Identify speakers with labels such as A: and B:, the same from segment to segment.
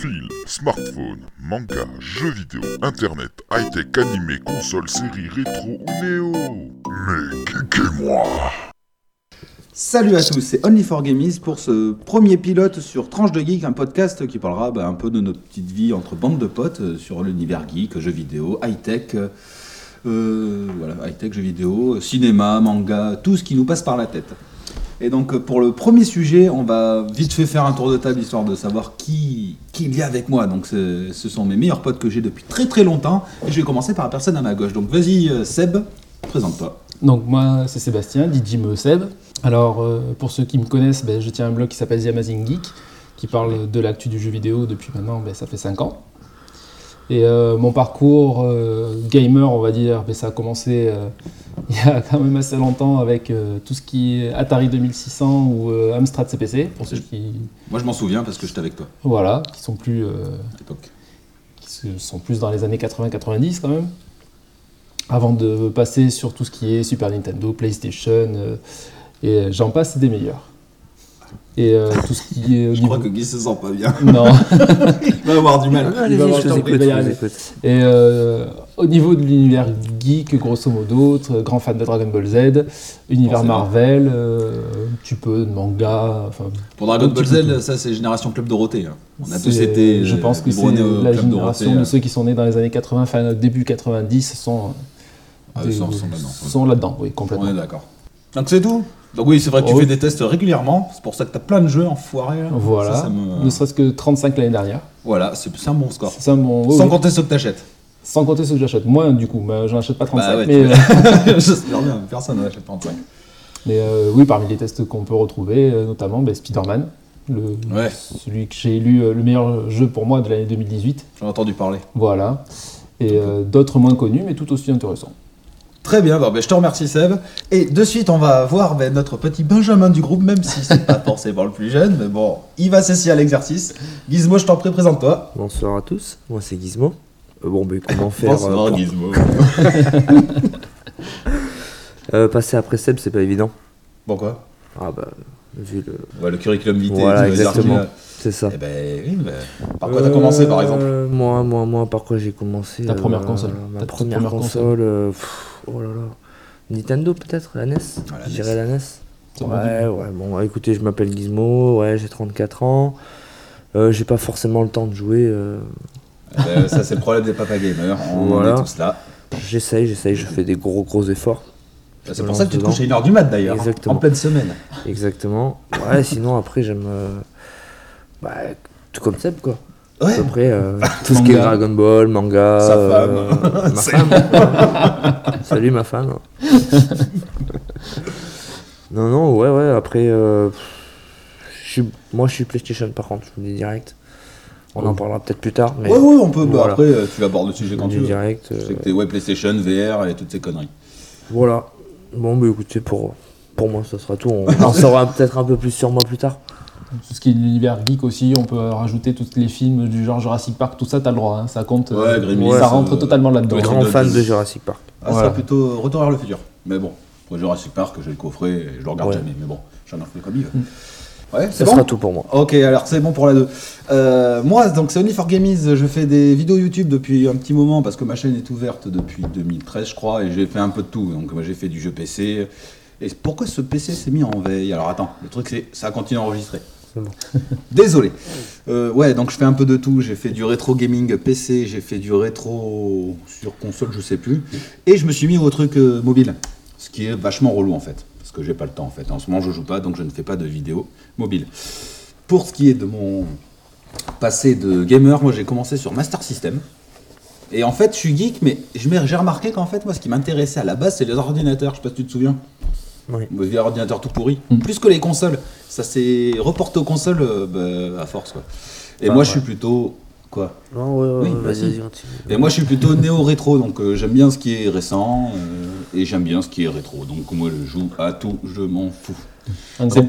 A: fil, smartphone, manga, jeux vidéo, internet, high-tech, animé, console, série, rétro ou néo. Mais kickez-moi
B: Salut à tous, c'est only for gamies pour ce premier pilote sur Tranche de Geek, un podcast qui parlera bah, un peu de notre petite vie entre bandes de potes euh, sur l'univers geek, jeux vidéo, high-tech, euh, euh, voilà, high-tech, jeux vidéo, euh, cinéma, manga, tout ce qui nous passe par la tête. Et donc euh, pour le premier sujet, on va vite fait faire un tour de table histoire de savoir qui, qui il y a avec moi. Donc ce ce sont mes meilleurs potes que j'ai depuis très très longtemps. Et je vais commencer par la personne à ma gauche. Donc vas-y euh, Seb, présente-toi.
C: Donc moi, c'est Sébastien, DJ me Seb. Alors, euh, pour ceux qui me connaissent, ben, je tiens un blog qui s'appelle The Amazing Geek, qui parle de l'actu du jeu vidéo depuis maintenant, ben, ça fait 5 ans. Et euh, mon parcours euh, gamer, on va dire, ben, ça a commencé euh, il y a quand même assez longtemps avec euh, tout ce qui est Atari 2600 ou euh, Amstrad CPC, pour ceux qui,
B: Moi je m'en souviens parce que j'étais avec toi
C: voilà, qui sont plus... euh,
B: à l'époque.
C: qui se- sont plus dans les années 80-90 quand même, avant de passer sur tout ce qui est Super Nintendo, PlayStation, euh, et euh, j'en passe, c'est des meilleurs. Et euh, tout ce qui est au
B: Je
C: niveau...
B: crois que Guy se sent pas bien.
C: Non.
B: Il va avoir du mal.
C: Il va
D: Allez-y,
C: avoir
D: Ah, je
C: le
D: vous
C: temps
D: écoute,
C: de
D: je
C: y aller.
D: vous écoute.
C: Et euh, au niveau de l'univers geek, grosso modo, très grand fan de Dragon Ball Z, univers
B: Forcément.
C: Marvel, euh, un petit peu de manga, enfin...
B: Pour Dragon
C: Un petit
B: Ball
C: peu
B: Z, ça c'est génération Club Dorothée. hein. On a
C: c'est-
B: tous été.
C: Je
B: euh,
C: pense que c'est
B: biberonnés au
C: la
B: Club
C: génération
B: Dorothée, euh.
C: de ceux qui sont nés dans les années 80, fin début 90, sont...
B: Ah,
C: des-
B: ils sont- sont là-dedans.
C: sont là-dedans, oui, complètement.
B: On est d'accord. Donc c'est tout Donc oui, c'est vrai que tu
C: Oh.
B: fais des tests régulièrement. C'est pour ça que t'as plein de jeux enfoirés. là.
C: Voilà,
B: Ça, ça me-
C: ne serait-ce que 35 l'année dernière.
B: Voilà, c'est c'est un bon score.
C: C'est ça mon- oui,
B: Sans
C: oui.
B: compter ceux que t'achètes.
C: Sans compter ceux que j'achète. Moi, du coup, bah, je n'achète pas 35.
B: ouais,
C: mais
B: tu-
C: euh,
B: J'espère bien, personne n'achète 35.
C: mais, euh, oui, parmi les tests qu'on peut retrouver, euh, notamment bah, Spider-Man, le-
B: Ouais.
C: celui que j'ai élu euh, le meilleur jeu pour moi de l'année 2018.
B: J'en ai entendu parler.
C: Voilà. Et euh, d'autres moins connus, mais tout aussi intéressants.
B: Très bien, bon, ben, je te remercie Seb. Et de suite, on va voir ben, notre petit Benjamin du groupe, même si c'est pas forcément le plus jeune, mais bon, il va s'essayer à l'exercice. Gizmo, je t'en prie, présente-toi.
D: Bonsoir à tous, moi c'est Gizmo. Euh, Bon, ben comment faire euh, pour-
B: Gizmo.
D: Euh, Passer après Seb, c'est pas évident.
B: Pourquoi
D: Ah bah, vu le.
B: ouais, Le curriculum vitae.
D: Voilà,
B: tous les
D: exactement.
B: articles.
D: C'est ça.
B: Eh ben oui, ben, par quoi t'as commencé par exemple
D: Euh, Moi, moi, moi, par quoi j'ai commencé
C: Ta
D: euh,
C: première console. Ta
D: Ma
C: toute
D: première,
C: première console.
D: console. euh, pff, oh là là. Nintendo peut-être La NES
B: la E
D: Je
B: NES.
D: dirais la NES.
C: C'est bon,
D: Ouais, ouais, bon, écoutez, je m'appelle Gizmo, ouais, j'ai 34 ans. Euh, j'ai pas forcément le temps de jouer. euh,
B: Ben, Ça c'est le problème des papa gamers, on
D: Voilà.
B: est tous là.
D: J'essaye, j'essaye, je fais des gros gros efforts.
B: Ben,
D: Je
B: C'est
D: me
B: pour ça que
D: lance
B: tu te
D: dedans.
B: couches à 1h du mat d'ailleurs, hein,
D: Exactement.
B: en pleine semaine.
D: Exactement. Ouais, sinon après j'aime. euh, bah, tout comme Seb quoi.
B: Ouais,
D: À peu près. euh, tout ce qui est
C: Manga.
D: Dragon Ball, manga.
B: Sa
D: euh, ma femme. ouais. Salut ma femme. non, non, ouais, ouais, après. euh, je suis- moi je suis PlayStation par contre, je vous le dis direct. On en parlera peut-être plus tard, mais.
B: ouais, ouais, on peut. ben,
D: Voilà.
B: Après, euh, tu abordes le sujet
D: je vous
B: quand
D: le
B: tu
D: dis
B: veux.
D: direct. euh,
B: Je sais que t'es ouais, PlayStation, VR et toutes ces conneries.
D: Voilà. Bon, bah écoutez, pour, pour moi, ça sera tout. On on en saura peut-être un peu plus sur moi plus tard.
C: Tout ce qui est de l'univers geek aussi, on peut rajouter tous les films du genre Jurassic Park, tout ça, t'as le droit. hein, Ça compte, euh,
B: Ouais, Gremlins,
C: ça rentre
B: euh,
C: totalement là-dedans.
B: Ouais,
D: Grand
B: de-
D: fan
B: de-
D: de Jurassic Park.
B: Ah, ça
C: Voilà.
B: sera plutôt Retour vers le futur. Mais bon, pour Jurassic Park, j'ai le coffret et je le regarde
D: Ouais. Hmm.
B: jamais. Mais bon, j'en ai fait comme il veut. Ouais, c'est
D: Ça
B: bon.
D: sera tout pour moi.
B: Ok, alors c'est bon pour la 2. moi, donc c'est only for gamies Je fais des vidéos YouTube depuis un petit moment parce que ma chaîne est ouverte depuis 2013, je crois, et j'ai fait un peu de tout. Donc moi, j'ai fait du jeu PC. Et pourquoi ce PC s'est mis en veille Alors attends, le truc c'est ça continue à enregistrer.
D: C'est bon.
B: Désolé. Euh, ouais, donc je fais un peu de tout. J'ai fait du rétro gaming PC, j'ai fait du rétro sur console, je sais plus. Et je me suis mis au truc euh, mobile. Ce qui est vachement relou en fait. Parce que j'ai pas le temps en fait. En ce moment, je joue pas, donc je ne fais pas de vidéos mobile. Pour ce qui est de mon passé de gamer, moi j'ai commencé sur Master System. Et en fait, je suis geek, mais je m'ai- j'ai remarqué qu'en fait, moi, ce qui m'intéressait à la base, c'est les ordinateurs. Je sais pas si tu te souviens.
D: Oui.
B: Moi, j'ai un ordinateur tout pourri. Plus que les consoles. Ça s'est reporté aux consoles euh, bah, à force. Quoi. Et moi, je suis plutôt. Quoi
D: Non, Ah ouais,
B: Oui,
D: ouais,
B: bah
D: vas-y,
B: si.
D: vas-y, continue.
B: Et moi, je suis plutôt néo-rétro. Donc, euh, j'aime bien ce qui est récent. euh, et j'aime bien ce qui est rétro. Donc, moi, je joue à tout. Je m'en fous.
C: Un grand-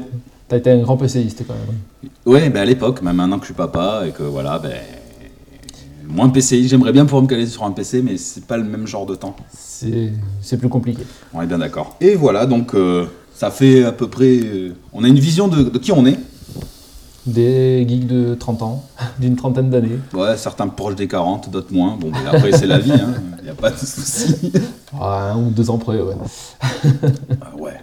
C: T'as été un grand PCiste quand même.
B: Ouais, ben à l'époque, même maintenant que je suis papa et que voilà, ben. Moins PCI, j'aimerais bien pouvoir me caler sur un PC, mais c'est pas le même genre de temps.
C: C'est c'est plus compliqué.
B: On est bien d'accord. Et voilà, donc euh, ça fait à peu près. euh, on a une vision de, de qui on est.
C: Des geeks de 30 ans. d'une trentaine d'années.
B: Ouais, certains proches des 40, d'autres moins. Bon, mais après, c'est la vie, hein. il n'y a pas de souci.
C: Ah, un ou deux ans près, ouais.
B: Ah ouais.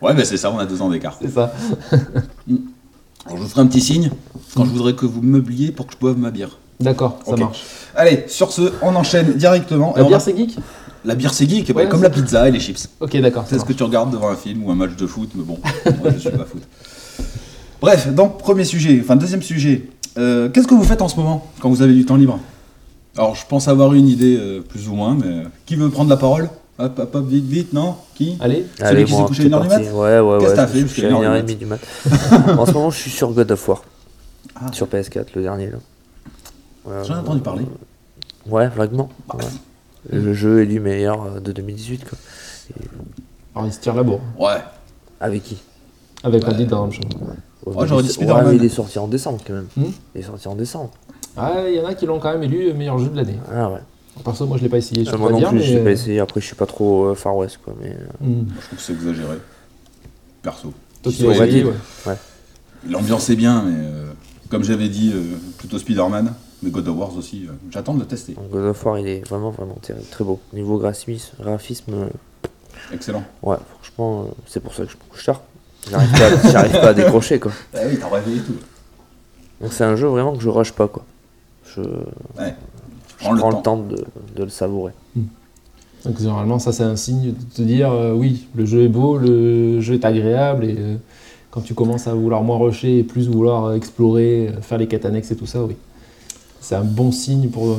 B: Ouais, mais c'est ça, on a deux ans d'écart.
C: C'est ça.
B: Alors, je vous ferai un petit signe quand je voudrais que vous meubliez pour que je boive ma bière.
C: D'accord, ça
B: Ok.
C: marche.
B: Allez, sur ce, on enchaîne directement.
C: La
B: on
C: bière,
B: va-
C: c'est geek
B: la bière, c'est geek,
C: Ouais,
B: bah, comme
C: c'est-
B: la pizza et les chips.
C: Ok, d'accord. ça
B: C'est ce que tu regardes devant un film ou un match de foot, mais bon, moi je suis pas foot. Bref, donc premier sujet, enfin deuxième sujet, euh, qu'est-ce que vous faites en ce moment quand vous avez du temps libre Alors je pense avoir une idée euh, plus ou moins, mais euh, qui veut prendre la parole Hop, hop, hop, vite, vite, non Qui
C: Allez,
B: Celui qui s'est
D: moi,
B: couché
D: c'est
B: une heure du
D: parti.
B: mat
D: Ouais, ouais,
B: Qu'est-ce que
D: ouais.
B: t'as
D: je
B: fait
D: me
B: jusqu'à
D: suis couché à
B: une heure
D: une heure
B: du
D: et demie du mat. en ce moment, je suis sur God of War.
B: Ah.
D: Sur PS4, le dernier, là. Ouais,
B: J'en Ah. ai entendu parler.
D: Ouais, vaguement. ouais. Le jeu est lui meilleur euh, de 2018, quoi.
C: alors il se tire la bourre.
B: Ouais,
D: Avec qui
C: Avec Red Dead Redemption.
D: Ouais,
B: Ouais, Oh, j'aurais dit
D: mais
B: Spider-Man.
D: mais il est sorti en décembre, quand même.
C: Hmm
D: il est sorti en décembre.
C: Ah, il y en a qui l'ont quand même élu meilleur jeu de l'année.
D: Ah ouais.
C: Perso, moi je l'ai pas essayé. Je peux
D: Ah, moi
C: pas
D: non
C: dire,
D: plus, je l'ai
C: mais-
D: pas essayé. Après, je suis pas trop euh, Far West, quoi. Mais...
C: Hmm.
B: je trouve que c'est exagéré, perso.
C: Toi, tu
B: Ouais,
C: l'as essayé,
D: valide.
C: ouais.
B: L'ambiance est bien, mais euh, comme j'avais dit, euh, plutôt Spider-Man, mais God of War aussi, euh, j'attends de le tester.
D: Donc, God of War, il est vraiment, vraiment terrible. Très beau. Niveau graphisme, graphisme euh,
B: Excellent.
D: ouais, franchement, euh, c'est pour ça que je me couche tard. J'arrive pas, à- j'arrive pas à décrocher, quoi.
B: Ah oui, t'as rêvé et tout.
D: Donc, c'est un jeu vraiment que je rush pas, quoi. Je,
B: Ouais,
D: je
B: prends le temps.
D: de, de le savourer.
C: Donc normalement, ça c'est un signe de te dire euh, oui, le jeu est beau, le jeu est agréable et euh, quand tu commences à vouloir moins rusher et plus vouloir euh, explorer, euh, faire les quêtes annexes et tout ça, oui. C'est un bon signe pour euh,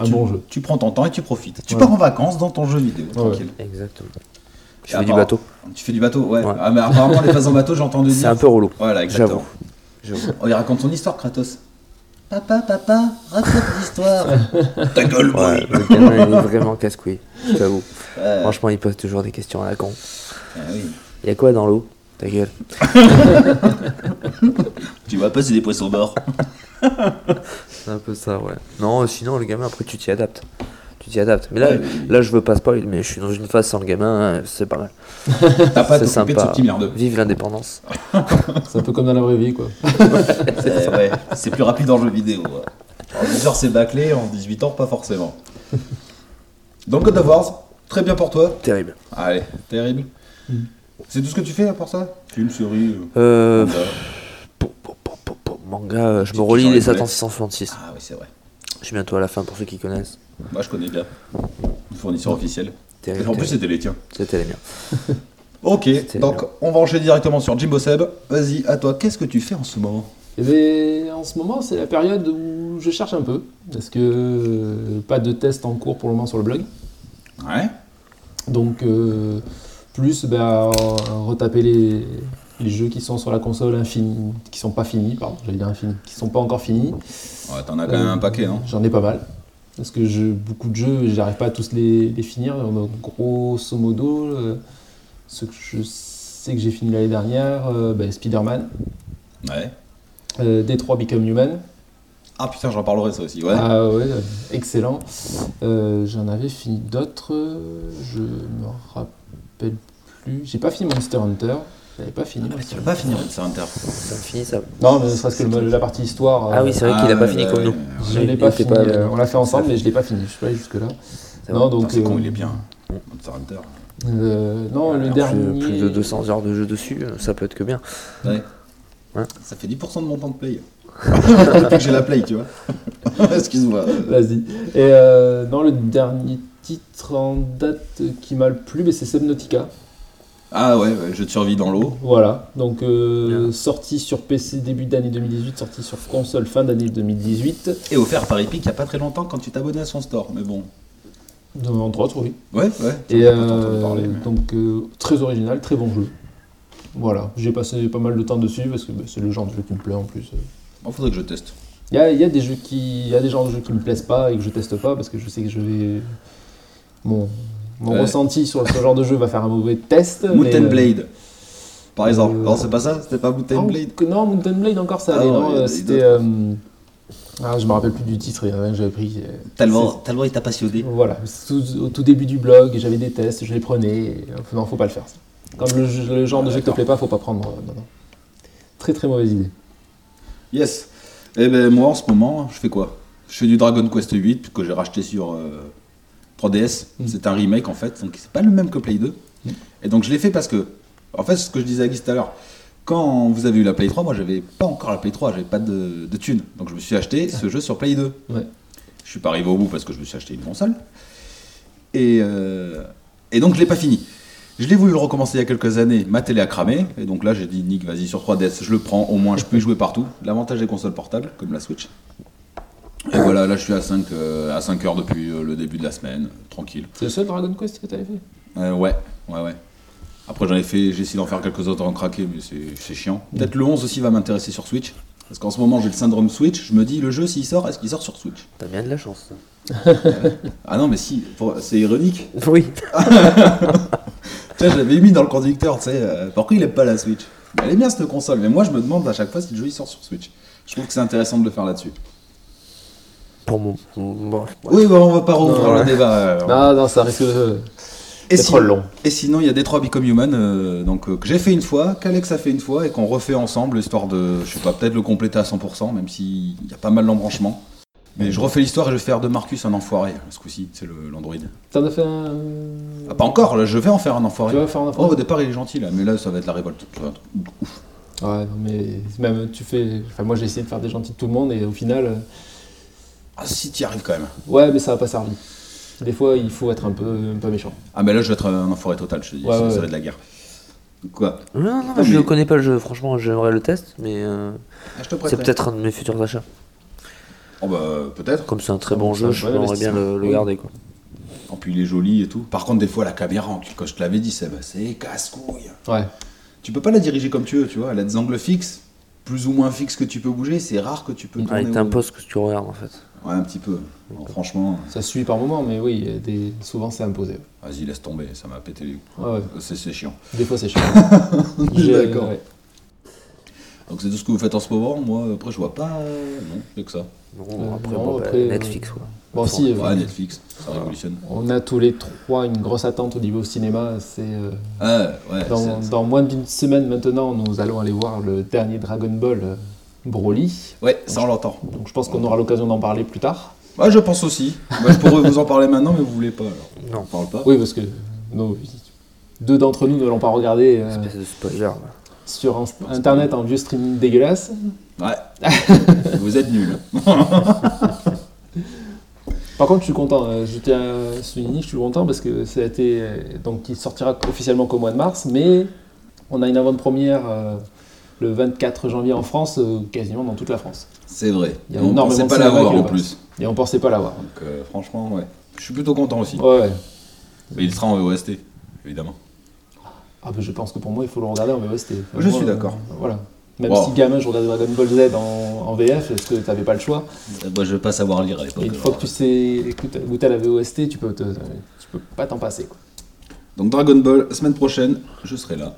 C: un
B: tu,
C: bon jeu.
B: Tu prends ton temps et tu profites. Tu
C: Ouais.
B: pars en vacances dans ton jeu vidéo, tranquille.
D: Exactement. Je
B: Et
D: fais du
B: apparemment-
D: bateau.
B: Tu fais du bateau, ouais.
D: Ouais.
B: Ah, mais apparemment, les phases en bateau, j'ai entendu
D: C'est
B: dire.
D: un peu relou.
B: Voilà, exactement.
D: J'avoue. J'avoue.
B: On lui raconte son histoire, Kratos. Papa, papa, raconte l'histoire. Ta gueule, moi.
D: Ouais, le gamin, il est vraiment casse-couille. Je t'avoue.
B: Ouais.
D: Franchement, il pose toujours des questions à la con.
B: Ah oui.
D: Y'a quoi dans l'eau Ta gueule.
B: Tu vois pas, c'est des poissons morts.
D: C'est un peu ça, ouais. Non, euh, sinon, le gamin, après, tu t'y adaptes. Tu t'y adaptes. Mais là,
B: Ouais.
D: là je veux pas spoil, mais je suis dans une phase sans le gamin, euh, c'est pas mal.
B: T'as pas à t'occuper de
D: c'est
B: ce
D: sympa.
B: petit merdeux.
D: Vive l'indépendance.
C: C'est un peu comme dans la vraie vie, quoi.
B: Eh ouais, c'est plus rapide en jeu vidéo. ouais. En 10 heures, c'est bâclé, en 18 ans, pas forcément. Donc, God of War, très bien pour toi.
D: Terrible.
B: Allez, terrible. C'est tout ce que tu fais à part ça Film, série. euh,
D: Mm. Euh,
B: manga.
D: pom, pom, pom, pom, pom, manga, euh, je
B: Tu-
D: me
B: tu
D: relis
B: t'en
D: les
B: es
D: Satan
B: fait.
D: 666.
B: Ah oui, c'est vrai.
D: Je suis bientôt à la fin pour ceux qui connaissent.
B: Moi, je connais bien. Le fournisseur officiel.
D: Terrible.
B: En plus,
D: terrible.
B: c'était les tiens.
D: C'était les miens.
B: Ok, donc
D: bien.
B: on va enchaîner directement sur Jimbo Seb. Vas-y, à toi, qu'est-ce que tu fais en ce moment
C: Et ben, en ce moment, c'est la période où je cherche un peu parce que euh, pas de test en cours pour le moment sur le blog.
B: Ouais.
C: Donc, euh, plus bah, euh, retaper les, les jeux qui sont sur la console infini, qui sont pas finis, pardon, j'allais dire infini, qui sont pas encore finis.
B: Ouais, t'en as quand même un paquet, hein.
C: J'en ai pas mal. Parce que je, beaucoup de jeux, j'arrive pas à tous les, les finir. Donc, grosso modo, euh, ce que je sais que j'ai fini l'année dernière, euh, bah, Spider-Man,
B: Ouais.
C: euh, D3 Become Human.
B: Ah putain, j'en parlerai ça aussi, ouais.
C: Ah ouais, euh, excellent. Euh, J'en avais fini d'autres, euh, je me rappelle plus. J'ai pas fini Monster Hunter. J'avais pas fini.
B: Mais tu
C: Monster
B: vas
C: Hunter.
B: pas finir Monster Hunter.
D: Ça me finit, ça.
C: Non, mais ne serait-ce que le- la partie histoire. euh,
D: Ah oui, c'est vrai qu'il a
B: Ah,
D: pas
B: ouais,
D: fini
B: ouais,
D: comme
B: ouais.
D: nous.
C: Je
D: Il
C: l'ai pas
D: était
C: fini.
D: là,
C: euh,
D: non.
C: on l'a fait ensemble,
D: Ça
C: mais je l'ai pas fini. Je suis pas allé jusque là.
D: C'est
C: Non,
D: vrai.
B: Putain,
C: donc.
B: C'est con,
C: euh,
B: il est bien. hein. Monster Hunter.
C: euh, non, le
B: Plus-
C: dernier.
D: Plus, plus de 200 heures de jeu dessus, euh, ça peut être que bien.
B: Ouais.
D: Ouais.
B: Ça fait 10% de mon temps de play. Depuis que j'ai la play, tu vois. Excuse-moi.
C: Vas-y. Et euh, non, le dernier titre en date qui m'a le plus, mais c'est Subnautica.
B: Ah ouais, ouais, jeu de survie dans l'eau.
C: Voilà, donc euh,
D: Bien.
C: sorti sur PC début d'année 2018, sorti sur console fin d'année 2018.
B: Et offert par Epic il y a pas très longtemps quand tu t'abonnais à son store, mais bon.
C: De- Entre autres, oui.
B: Ouais, ouais.
C: Et
B: J'en ai pas tant
C: euh,
B: entendu parler, mais-
C: donc euh, très original, très bon jeu. Voilà, j'ai passé pas mal de temps dessus parce que bah, c'est le genre de jeu qui me plaît en plus.
B: Bon, faudrait que je teste.
C: Il y a, il y a des jeux qui, il y a des genres de jeux qui me plaisent pas et que je teste pas parce que je sais que je vais mon mon
B: Ouais.
C: ressenti sur ce genre de jeu va faire un mauvais test. mais,
B: Mountain
C: euh,
B: Blade, par exemple.
C: euh,
B: Non, c'est pas ça C'était pas Mountain
C: Non,
B: Blade
C: que- Non, Mountain Blade encore ça
B: Ah
C: allait,
B: non,
C: non,
B: il y en a
C: euh,
B: eu
C: C'était. euh, ah, je me rappelle plus du titre, il y en a un que j'avais pris. euh,
B: Tellement, tellement il t'a passionné.
C: Voilà, tout- au tout début du blog, j'avais des tests, je les prenais. et, euh, non, faut pas le faire. ça. Quand le, jeu- le genre de jeu qui te plaît pas, faut pas prendre. euh, non, non. Très très mauvaise idée.
B: Yes. Eh ben moi en ce moment, je fais quoi Je fais du Dragon Quest 8 que j'ai racheté sur euh, 3DS.
C: Mm.
B: C'est un remake en fait, donc c'est pas le même que Play 2. Et donc je l'ai fait parce que, en fait, ce que je disais à Guy tout à l'heure, quand vous avez eu la Play 3, moi j'avais pas encore la Play 3, j'avais pas de, de thunes. Donc je me suis acheté
C: Ah.
B: ce jeu sur Play 2.
C: Ouais.
B: Je suis pas arrivé au bout parce que je me suis acheté une console. Et, euh, et donc je l'ai pas fini. Je l'ai voulu le recommencer il y a quelques années, ma télé a cramé, et donc là j'ai dit Nick, vas-y sur 3DS, je le prends, au moins je peux y jouer partout. L'avantage des consoles portables, comme la Switch. Et voilà, là je suis à 5, euh, à 5 heures depuis euh, le début de la semaine, tranquille.
C: C'est le seul Dragon Quest que t'avais fait
B: Euh, ouais, ouais, ouais. Après j'en ai fait, j'ai essayé d'en faire quelques autres en craqué, mais c'est c'est chiant. Peut-être le 11 aussi va m'intéresser sur Switch, parce qu'en ce moment j'ai le syndrome Switch, je me dis le jeu s'il sort, est-ce qu'il sort sur Switch
D: T'as bien de la chance.
B: Ah non mais si, pour- c'est ironique.
D: Oui.
B: Tiens, j'avais mis dans le conducteur, tu sais, euh, pourquoi il aime pas la Switch Elle est bien cette console, mais moi je me demande à chaque fois si le jeu il sort sur Switch. Je trouve que c'est intéressant de le faire là-dessus.
D: Pour mon. Bon, ouais.
B: Oui, bah, on va pas rouvrir
D: Non,
B: le
D: ouais.
B: débat. euh,
C: Non, non, ça risque de.
B: et,
C: c'est
B: si-
C: trop long.
B: et sinon, il y a Détroit Become Human, euh, donc, euh, que j'ai fait une fois, qu'Alex a fait une fois, et qu'on refait ensemble, histoire de, je sais pas, peut-être le compléter à 100%, même s'il y a pas mal d'embranchements. Mais je refais l'histoire et je vais faire de Marcus un enfoiré, ce coup-ci, c'est le- l'android.
C: T'en as fait un.
B: Ah, pas encore, là, je vais en faire un
C: Tu
B: enfoiré.
C: vas faire un
B: Oh,
C: enfant
B: au départ, il est gentil, là, mais là, ça va être la révolte. Ça va être-
C: Ouais, non, mais même tu fais. Enfin, moi j'ai essayé de faire des gentils de tout le monde et au final. euh,
B: Ah, si, t'y arrives quand même.
C: Ouais, mais ça n'a pas servi. Des fois, il faut être un peu, un peu méchant.
B: Ah mais là je vais être un enfoiré total, je te dis,
C: Ouais,
B: ça,
C: ouais,
B: ça
C: ouais.
B: va être la guerre. Quoi
D: Non, non,
B: Ah,
D: je
B: mais-
D: ne connais pas le jeu, franchement, j'aimerais le test, mais euh,
B: Ah, Je te
D: c'est peut-être un de mes futurs achats.
B: Oh bah peut-être.
D: Comme c'est un très
C: Ah,
D: bon
C: bon,
D: jeu,
C: c'est
D: je
C: un bon
D: pourrais bien le, le
C: investissement.
D: garder. Quoi.
B: En plus il est joli et tout. Par contre des fois la caméra, en- quand je te l'avais dit, Seb, c'est casse-couille.
C: Ouais.
B: Tu peux pas la diriger comme tu veux, tu vois, elle a des angles fixes, plus ou moins fixes que tu peux bouger, c'est rare que tu peux tourner.
D: Avec
B: au-
D: Ah, un poste que tu regardes en fait.
B: Ouais un petit peu. Bon, franchement,
C: Ça suit par moment, mais oui, euh, des... souvent c'est imposé.
B: vas-y laisse tomber, ça m'a pété les couilles.
C: Ouais, ouais.
B: C'est c'est chiant.
C: Des fois c'est chiant. J'ai-
B: D'accord.
C: ouais.
B: Donc c'est tout ce que vous faites en ce moment, moi après je vois pas... euh, Non, c'est que ça.
D: Bon,
C: Euh,
D: après,
C: non,
D: bon, bah,
C: après,
D: Netflix
C: euh,
D: quoi.
C: Bon, si, euh,
B: Ouais, Netflix, ça révolutionne.
C: on a tous les trois une grosse attente au niveau cinéma. C'est euh,
B: Ah ouais,
C: dans,
B: c'est-
C: dans moins d'une semaine maintenant, nous allons aller voir le dernier Dragon Ball euh, Broly.
B: ouais, ça on l'entend.
C: Donc je pense qu'on aura l'occasion d'en parler plus tard.
B: Bah je pense aussi. Bah, je pourrais vous en parler maintenant mais vous voulez pas alors.
D: Non,
B: On parle pas.
C: Oui, parce que nos- deux d'entre nous ne l'ont pas regardé euh,
D: espèce de spoiler. là.
C: sur Inst- internet en vieux streaming dégueulasse.
B: Ouais. Vous êtes nuls.
C: Par contre, je suis content. euh, Je tiens à souligner, je suis content parce que ça a été euh, donc il sortira officiellement qu'au mois de mars, mais on a une avant-première euh, le 24 janvier en France, euh, quasiment dans toute la France.
B: C'est vrai.
C: Il y a
B: on
C: énormément
B: pensait
C: de
B: pas
C: cinéma
B: l'avoir
C: qui
B: en
C: le
B: plus.
C: Et on pensait pas l'avoir.
B: Donc euh, franchement, ouais. Je suis plutôt content aussi.
C: Ouais. ouais.
B: Mais il sera en E VOST, évidemment.
C: Ah ben je pense que pour moi il faut le regarder en VOST.
B: Je
C: Moi,
B: suis
C: euh,
B: d'accord.
C: voilà. Même
B: Wow.
C: si gamin je regardais Dragon Ball Z en, en VF, est-ce que t'avais pas le choix
B: Moi, je vais pas savoir lire à
C: Et
B: l'époque.
C: une fois que tu sais écoute, où t'as la VOST, tu peux te, tu peux pas t'en passer. Quoi.
B: Donc Dragon Ball, semaine prochaine, je serai là.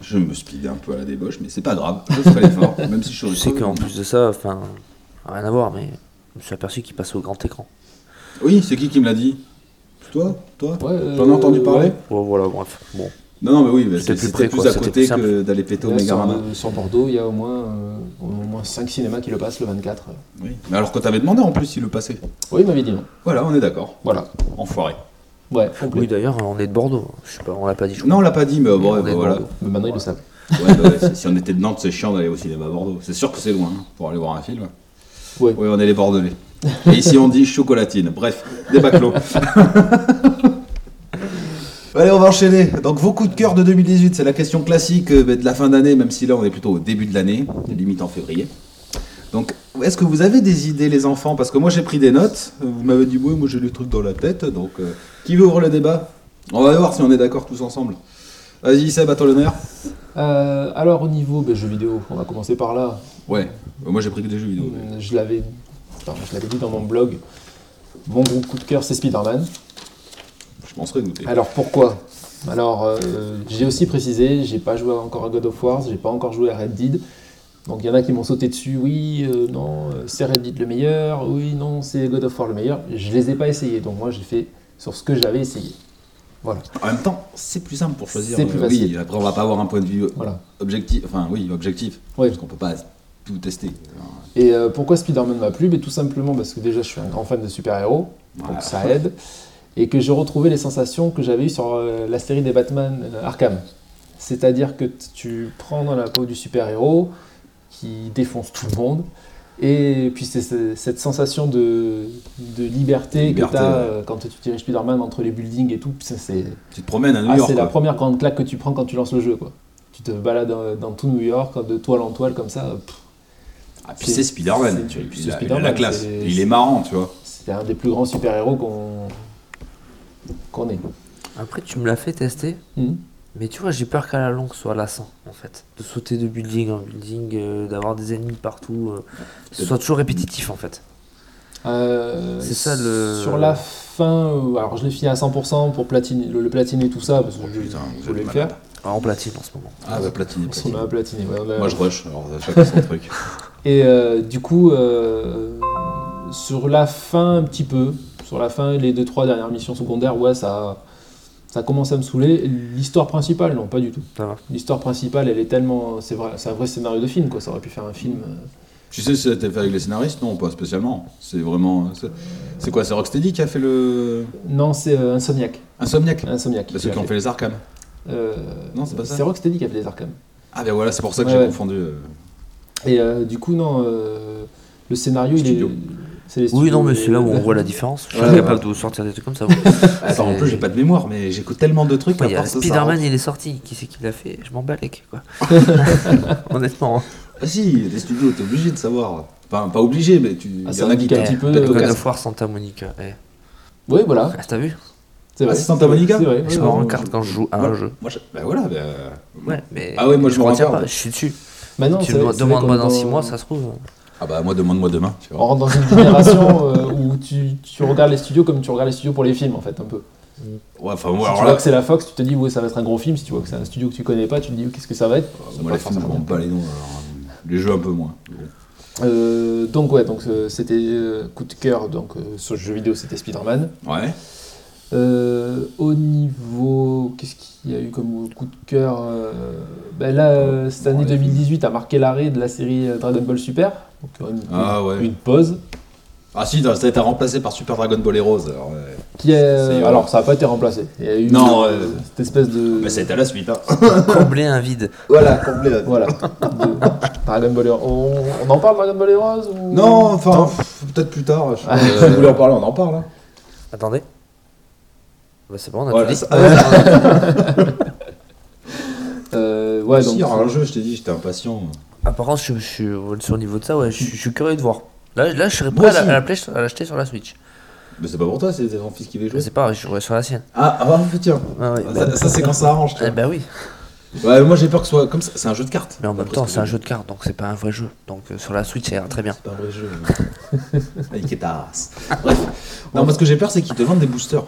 B: Je me speed un peu à la débauche, mais c'est pas grave. Je ferai l'effort, même si je suis
D: Je sais
B: que
D: qu'en plus de ça, enfin, rien à voir, mais je me suis aperçu qu'il passait au grand écran.
B: Oui, c'est qui qui me l'a dit Toi Toi
C: Ouais, euh,
B: J'en ai entendu parler
C: ouais.
D: Bon, voilà, bref. Bon,
B: Non, non, mais oui, mais c'est-
D: C'était plus
B: c'était
D: près,
B: plus,
D: quoi,
B: à
D: c'était
B: côté
D: plus
B: que d'aller péter au
C: Là, sur,
B: Megarama.
C: euh, sur Bordeaux, il y a au moins, euh, au moins 5 cinémas qui le passent le euh. 24.
B: Oui. Mais alors que t'avais demandé en plus s'il le passait.
C: Oui, il m'avait dit non.
B: Voilà, on est d'accord.
C: Voilà.
B: Enfoiré.
C: Ouais,
D: oui,
C: complet.
D: d'ailleurs, on est de Bordeaux. hein. Je sais pas, on l'a pas dit, je crois.
B: Non, on l'a pas dit, mais bon, ouais,
D: on est
B: bah,
D: de
B: voilà.
D: Bordeaux.
C: Euh, Mais maintenant, ils le savent.
B: Ouais, bah ouais, si- si on était de Nantes, c'est chiant d'aller au cinéma à Bordeaux. C'est sûr que c'est loin hein, pour aller voir un film.
C: Ouais.
B: Oui, on est les Bordelais. Et ici, on dit chocolatine. Bref, des clos. Allez, on va enchaîner. Donc, vos coups de cœur de 2018, c'est la question classique euh, de la fin d'année, même si là, on est plutôt au début de l'année, limite en février. Donc, est-ce que vous avez des idées, les enfants Parce que moi, j'ai pris des notes. Vous m'avez dit, oui, moi, j'ai le truc dans la tête. Donc, euh, qui veut ouvrir le débat On va voir si on est d'accord tous ensemble. Vas-y, Seb, à toi l'honneur.
C: Euh, alors, au niveau des jeux vidéo, on va commencer par là.
B: Ouais, Euh, moi j'ai pris que des jeux vidéo. mais-
C: Euh, Je l'avais enfin, je l'avais dit dans mon blog. Mon gros coup de cœur, c'est Spider-Man.
B: Je m'en serais douté.
C: Alors, pourquoi Alors, euh, j'ai aussi précisé, j'ai pas joué encore à God of War, j'ai pas encore joué à Red Dead. Donc, il y en a qui m'ont sauté dessus. Oui, euh, non, euh, c'est Red Dead le meilleur. Oui, non, c'est God of War le meilleur. Je les ai pas essayés. Donc, moi, j'ai fait sur ce que j'avais essayé. Voilà.
B: En même temps, c'est plus simple pour choisir.
C: C'est plus
B: euh,
C: facile.
B: Oui, après on va pas avoir un point de vue
C: Voilà.
B: objectif. Enfin oui, objectif.
C: Ouais.
B: Parce qu'on peut pas tout testé.
C: Et euh, pourquoi Spider-Man m'a plu Mais Tout simplement parce que déjà je suis un grand fan de super-héros,
B: Voilà.
C: donc ça aide. Et que j'ai retrouvé les sensations que j'avais eues sur euh, la série des Batman euh, Arkham. C'est-à-dire que t- tu prends dans la peau du super-héros qui défonce tout le monde. Et puis c'est c'est- cette sensation de, de liberté,
B: Liberté,
C: que tu as
B: ouais.
C: quand tu diriges Spider-Man entre les buildings et tout. Putain, C'est
B: Tu te promènes à New
C: ah,
B: York.
C: c'est la
B: quoi.
C: première grande claque que tu prends quand tu lances le jeu. quoi. Tu te balades euh, dans, tout New York, de toile en toile comme ça. Pff,
B: Ah, puis c'est Spider-Man.
C: c'est-
B: tu vois, et puis
C: c'est
B: il a- il a la
C: Spider-Man,
B: classe.
C: c'est-
B: Il est marrant, tu vois.
C: C'est un des plus grands super-héros qu'on qu'on ait.
D: Après, tu me l'as fait tester,
C: Mhm.
D: mais tu vois, j'ai peur qu'à la longue ce soit lassant en fait. De sauter de building en building, euh, d'avoir des ennemis partout, euh, ce soit toujours répétitif en fait.
C: Euh,
D: C'est ça, le-
C: Sur la fin, euh, alors je l'ai fini à 100% pour platiner, le, le platiner tout ça, parce que je,
B: Oh, putain,
C: je
B: vous
C: voulais
B: êtes
C: le
B: malade.
C: faire.
D: Ah, en platine en ce moment.
B: Ah, bah, platine,
C: On a platiné. ouais, on a-
B: Moi, je rush, alors chacun son truc.
C: Et euh, du coup, euh, sur la fin, un petit peu, sur la fin, les deux trois dernières missions secondaires, ouais, ça, ça commence à me saouler. L'histoire principale, non, pas du tout.
D: Ça va.
C: L'histoire principale, elle est tellement, c'est vrai, c'est un vrai scénario de film, quoi. Ça aurait pu faire un film. euh,
B: Tu sais si c'était fait avec les scénaristes Non, pas spécialement. C'est vraiment. c'est- C'est quoi C'est Rocksteady qui a fait le.
C: Non, c'est euh, Insomniac.
B: Insomniac
C: Insomniac.
B: Bah, Ceux qui ont fait les Arkham.
C: Euh,
B: Non, c'est pas ça.
C: C'est Rocksteady qui a fait les Arkham.
B: Ah, ben voilà, c'est pour ça que
C: Ouais,
B: j'ai
C: ouais.
B: confondu. euh.
C: Et euh, du coup, non, euh, le scénario, il est.
B: Studio.
C: c'est les
D: Oui,
C: studios euh,
D: non, mais
C: et-
D: c'est là où on voit la différence. Je suis
B: Ouais,
D: incapable de vous sortir des trucs comme ça. moi.
B: Attends, en
D: C'est-
B: plus, Ah, j'ai pas de mémoire, mais j'écoute tellement de trucs.
D: Il y
B: à
D: a
B: part ça, ça
D: Spider-Man,
B: rentre.
D: il est sorti. Qui c'est qui l'a fait Je m'en bats les couilles, quoi. Honnêtement. hein.
B: Ah, si, les studios, t'es obligé de savoir. Enfin, pas obligé, mais tu. il
C: Ah,
B: y
C: ça
B: en a qui
C: indique un
B: t'ont-
C: petit peu,
B: t'as
C: euh,
B: tout
D: God
B: cassé.
D: of War Santa Monica. eh.
C: Oui, voilà.
D: Ah, T'as vu
C: C'est vrai.
B: c'est Santa Monica
C: C'est vrai.
D: Je
C: ouais,
D: me
C: ouais,
D: rends
C: ouais.
D: carte quand je joue à un
B: Ouais.
D: jeu.
B: Moi, je- bah voilà, bah, euh,
D: Ouais, mais
B: Ah ouais, moi, je me rends
D: retiens
B: pas.
D: pas. Je suis dessus.
C: Bah non,
D: tu
C: c'est
D: me
C: vrai- c'est vrai
D: demandes moi
C: qu'on-
D: dans 6 mois, ça se trouve.
B: Ah bah moi, demande-moi demain. Tu
C: On
B: vois.
C: rentre dans une génération euh, où tu, tu regardes les studios comme tu regardes les studios pour les films, en fait, un peu.
B: Ouais, enfin, moi,
C: si tu
B: alors
C: vois
B: là,
C: que c'est la Fox, tu te dis, ouais, ça va être un gros film. Si tu vois que c'est un studio que tu connais pas, tu te dis, qu'est-ce que ça va être Ça
B: moi,
C: va
B: les
C: pas
B: films, je
C: forcément.
B: m'en bats les noms. alors, Les jeux, un peu moins. Bon.
C: Euh, donc, ouais, donc euh, c'était euh, coup de cœur. Donc, euh, sur le jeu vidéo, c'était Spider-Man.
B: Ouais.
C: Euh, au niveau. Qu'est-ce qu'il y a eu comme coup de cœur euh, ben Là, euh, cette année 2018 a marqué l'arrêt de la série euh, Dragon Ball Super. Donc, euh, une,
B: Ah ouais.
C: une pause.
B: Ah si, ça a été remplacé par Super Dragon Ball Heroes. Alors, ouais.
C: Qui est, euh,
B: C'est-
C: alors, ça n'a pas été remplacé. Il y a eu
B: Non,
C: euh,
B: euh,
C: cette espèce de.
B: Bah, ça a été à la suite. Hein.
D: Combler un vide.
B: voilà, complet.
C: Voilà. De- Dragon Ball Heroes. On, on en parle Dragon Ball Heroes ou...
B: Non, enfin, pff, peut-être plus tard. Je...
C: Ah.
B: si vous voulez en parler, on en parle. hein.
D: Attendez. Bah, c'est bon, on a
B: Voilà,
D: tout dit.
B: ça- ah,
C: Euh, ouais,
B: Si,
C: donc.
B: il y aura un jeu, je t'ai dit, j'étais impatient.
D: Apparemment, Ah, je, je suis sur le niveau de ça, ouais. Je, je suis curieux de voir. Là, là je serais
B: Moi
D: prêt à la-
B: aussi.
D: à la play- à l'acheter sur la Switch.
B: Mais c'est pas pour toi, c'est ton fils qui veut
D: Je
B: jouer.
D: sais pas, je jouerai sur la sienne.
B: Ah, ah bah, tiens.
D: Ah, ouais, bah,
B: Ça, ça, c'est quand ça arrange. tu
D: eh bah oui.
B: vois. Ouais, moi j'ai peur que ce soit comme ça. C'est un jeu de cartes.
D: Mais en même
B: Après,
D: temps, c'est un jeu de cartes, donc c'est pas un vrai jeu. Donc euh, sur la Switch, ça ira très bien.
B: C'est pas un vrai jeu. Avec est ta race. Bref. Non, moi ce que j'ai peur, c'est qu'ils te vendent des boosters.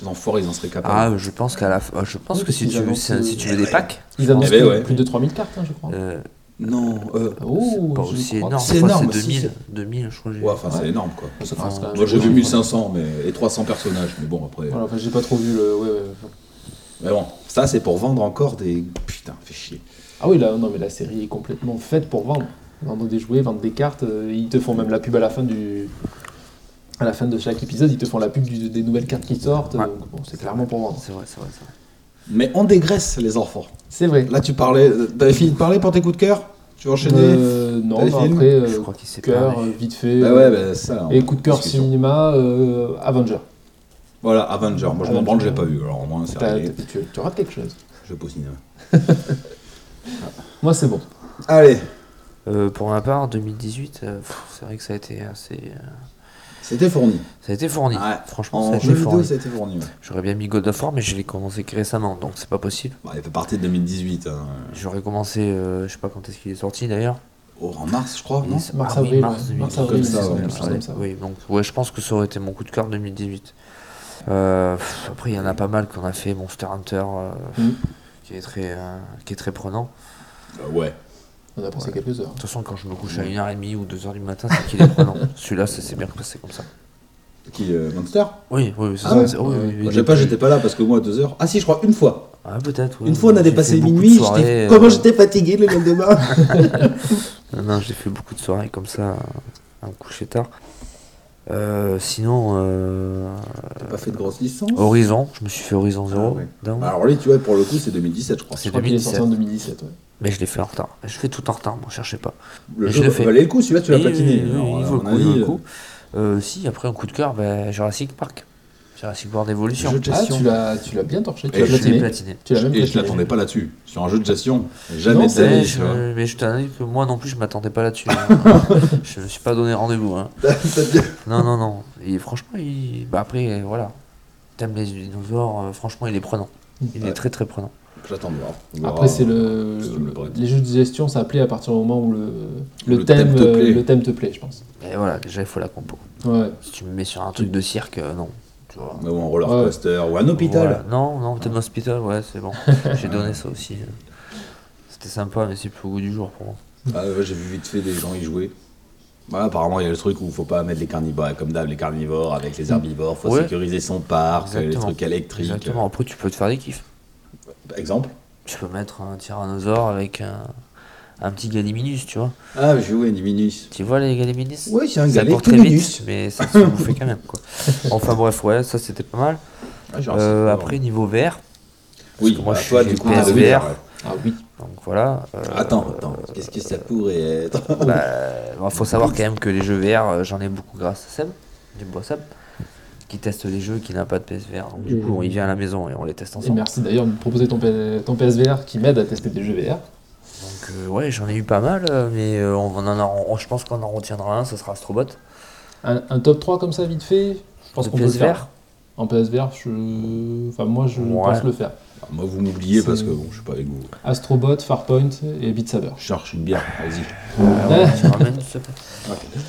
B: Les enfoirés, ils en seraient
D: Ah,
B: capables.
D: je pense qu'à la fin- je pense
C: Oui,
D: que si
C: ils
D: tu veux,
C: annoncent,
D: si, si tu veux
B: euh,
D: des packs,
C: Ils annoncent
B: Eh ben
C: plus,
B: ouais.
C: plus de 3000 cartes, hein, je crois.
D: euh,
B: Non, euh,
C: Oh,
D: c'est pas
C: je
D: aussi
C: crois.
D: énorme.
B: C'est
D: Je crois que
B: énorme,
D: c'est
B: si,
D: 2000, 2000, je crois. que j'ai-
B: ouais, enfin c'est énorme quoi.
C: Ça passe quand même.
B: Moi j'ai vu 1500 mais... et 300 personnages, mais bon après.
C: Voilà, enfin, j'ai pas trop vu le. ouais, ouais, ouais.
B: Mais bon, ça c'est pour vendre encore des. Putain, fais chier.
C: Ah oui, là, non, mais la série est complètement faite pour vendre. Vendre des jouets, vendre des cartes. euh, ils te font même la pub à la fin du. À la fin de chaque épisode, ils te font la pub du- des nouvelles cartes qui sortent.
D: Ouais.
C: Donc, bon, c'est clairement pour vendre.
D: C'est vrai, c'est vrai, c'est vrai.
B: Mais on dégraisse les enfants.
C: C'est vrai.
B: Là tu parlais. euh, T'avais fini de parler pour tes coups de cœur Tu veux enchaîner
C: Euh, non,
B: T'as les
C: bah,
B: films
C: après, euh,
D: Je crois qu'il s'est
C: cœur,
D: perdu.
C: euh, vite fait. euh,
B: Bah ouais, bah ça. on-
C: Et coup de cœur
B: discussion.
C: cinéma, euh, Avenger.
B: Voilà, Avenger. Moi je m'en
C: Avenger.
B: branle, je l'ai pas vu. Alors au moins c'est
C: T'as-
B: réglé.
C: t'as- tu, tu rates quelque chose.
B: Je vais pas au cinéma.
C: Moi, c'est bon.
B: Allez,
D: Euh, pour ma part, 2018, euh, pff, c'est vrai que ça a été assez, euh,
B: c'était fourni.
D: ça a été fourni.
B: Ouais.
D: Franchement, ça
B: En
D: a été
B: jeu vidéo,
D: fourni.
B: c'était fourni. ouais.
D: J'aurais bien mis God of War, mais je l'ai commencé que récemment, donc c'est pas possible.
B: Bah, il fait partie de 2018. hein.
D: J'aurais commencé, euh, je sais pas quand est-ce qu'il est sorti d'ailleurs.
B: Oh, en mars, je crois, non
D: Il-
C: Mars,
D: ah oui,
C: avril,
D: mars
C: ouais.
D: 2018,
C: Mars,
D: comme
B: avril,
D: ça,
B: c'est
D: ouais,
B: quelque
C: chose comme ça.
D: Oui, donc ouais, je pense que ça aurait été mon coup de cœur 2018. Euh, pff, après, il y en a pas mal qu'on a fait, Monster Hunter, euh,
C: Mhm.
D: qui est très, euh, qui est très prenant.
B: Euh, Ouais.
C: On a passé quelques heures.
D: De toute façon, quand je me couche à 1h30 ou 2h du matin, c'est qu'il est prenant. Celui-là, ça s'est bien passé comme ça.
B: Qui euh, Monster
D: Oui, oui, oui, c'est
B: Ah
D: ça.
B: ouais
D: c'est- oui, oui, oui,
B: Moi,
D: il
B: j'ai
D: est
B: pas,
D: plus-
B: j'étais pas là parce que moi, à deux heures. Ah si, je crois une fois.
D: Ah, peut-être. oui.
E: Une fois, on a
D: J'ai
E: dépassé
D: fait beaucoup de
E: minuit.
D: soirées,
E: j'étais-
D: euh,
E: Comment j'étais fatigué le lendemain
D: Non, non, j'ai fait beaucoup de soirées comme ça, à me coucher tard. Euh, sinon, euh,
B: T'as pas fait de grosse licence
D: Horizon, je me suis fait Horizon Zero.
B: ouais. Bah.
D: down.
B: Alors lui, tu vois, pour le coup, c'est 2017, je crois.
D: C'est
E: Je crois qu'il est
D: 2017.
E: sorti en 2017, ouais.
D: Mais je l'ai fait en retard. Je fais tout en retard, moi, cherchez pas.
B: Le
D: Je
B: jeu
D: l'ai fait.
B: valait le coup, celui-là, tu l'as
D: Oui,
B: platiné.
D: oui, oui,
B: Alors,
D: il
B: à
D: vaut le
B: mon
D: coup, il vaut
B: avis,
D: le coup. Euh, si, après un coup de cœur, ben, Jurassic Park. Jurassic World Evolution.
E: Jeu de
C: Ah,
E: gestion.
C: tu l'as, tu l'as bien torché, tu
B: Et
C: l'as
D: Je l'ai
C: platiné.
D: platiné.
E: Tu l'as
B: euh,
E: même
B: Et je
E: platiné.
B: l'attendais pas là-dessus. Sur un jeu de gestion, jamais
C: Non,
B: de
C: c'est-
B: la
D: Mais
B: vie, tu
D: je,
B: vois.
D: mais je t'en ai dit que moi non plus je m'attendais pas là-dessus. hein. je me suis pas donné rendez-vous. hein. Non, non, non. Et franchement, il... bah après, voilà. T'aimes les dinosaures, euh, franchement, il est prenant. Il
B: Ouais.
D: est très très prenant.
B: J'attends de voir. On verra.
C: Après, c'est le,
B: c'est le bread.
C: les jeux de gestion, ça plaît à partir du moment où le, le,
B: Le
C: thème,
B: thème te
C: euh,
B: plaît.
C: le thème te plaît, je pense.
D: Et voilà, déjà, il faut la compo.
C: Ouais.
D: Si tu me mets sur un truc de cirque, euh, non. Tu vois.
B: Ou un roller
C: Ouais.
B: coaster, ou un hôpital.
D: Voilà. Non, non, peut-être l'hôpital, ouais, c'est bon. J'ai donné ça aussi. euh. C'était sympa, mais c'est plus au goût du jour pour moi.
B: Ah, ouais, J'ai vu vite fait des gens y jouer. Ouais, apparemment, il y a le truc où faut pas mettre les carnivores, comme d'hab, les carnivores avec les herbivores, faut
D: Ouais.
B: sécuriser son parc, euh, les
D: Exactement.
B: trucs électriques. euh.
D: Exactement. Après, tu peux te faire des kiffs.
B: Par Exemple
D: Tu peux mettre un tyrannosaure avec un, un petit galiminus, tu vois.
B: Ah, j'ai joué à Diminus.
D: Tu vois les galiminus
B: Ouais, c'est un
D: Ça
B: galet
D: court très vite, mais ça se bouffait quand même, quoi. Enfin bref, ouais, ça c'était pas mal.
B: Ah, j'ai
D: Euh,
B: un-
D: après, niveau vert,
B: oui,
D: que moi,
B: moi,
D: je
B: toi,
D: suis
B: du coup,
D: PSVR.
B: t'as vu, ouais.
C: Ah oui.
D: donc voilà. euh,
C: Ah,
B: Attends, attends, qu'est-ce que ça pourrait être
D: bah, bon, faut savoir quand même que les jeux VR, euh, j'en ai beaucoup grâce à Seb, du bois Seb, qui teste les jeux et qui n'a pas de PSVR. Donc du coup, il vient à la maison et on les teste
C: Et
D: ensemble.
C: merci d'ailleurs de me proposer ton, P- ton PSVR qui m'aide à tester des jeux VR.
D: Donc euh, ouais, j'en ai eu pas mal, euh, mais euh, on, en a- on- je pense qu'on en retiendra un, ce sera Astrobot.
C: Un, un top 3 comme ça, vite fait, je pense
D: De
C: qu'on peut le
D: PSVR.
C: faire. En PSVR, je... enfin, moi je
D: Ouais.
C: pense le faire.
B: Ah, Moi, vous m'oubliez parce
C: C'est-
B: que bon, je suis pas avec vous.
C: Astrobot, Farpoint et Beat Saber.
B: Je cherche une bière, vas-y.
D: Ah Ouais, tu ramènes, s'il te plaît.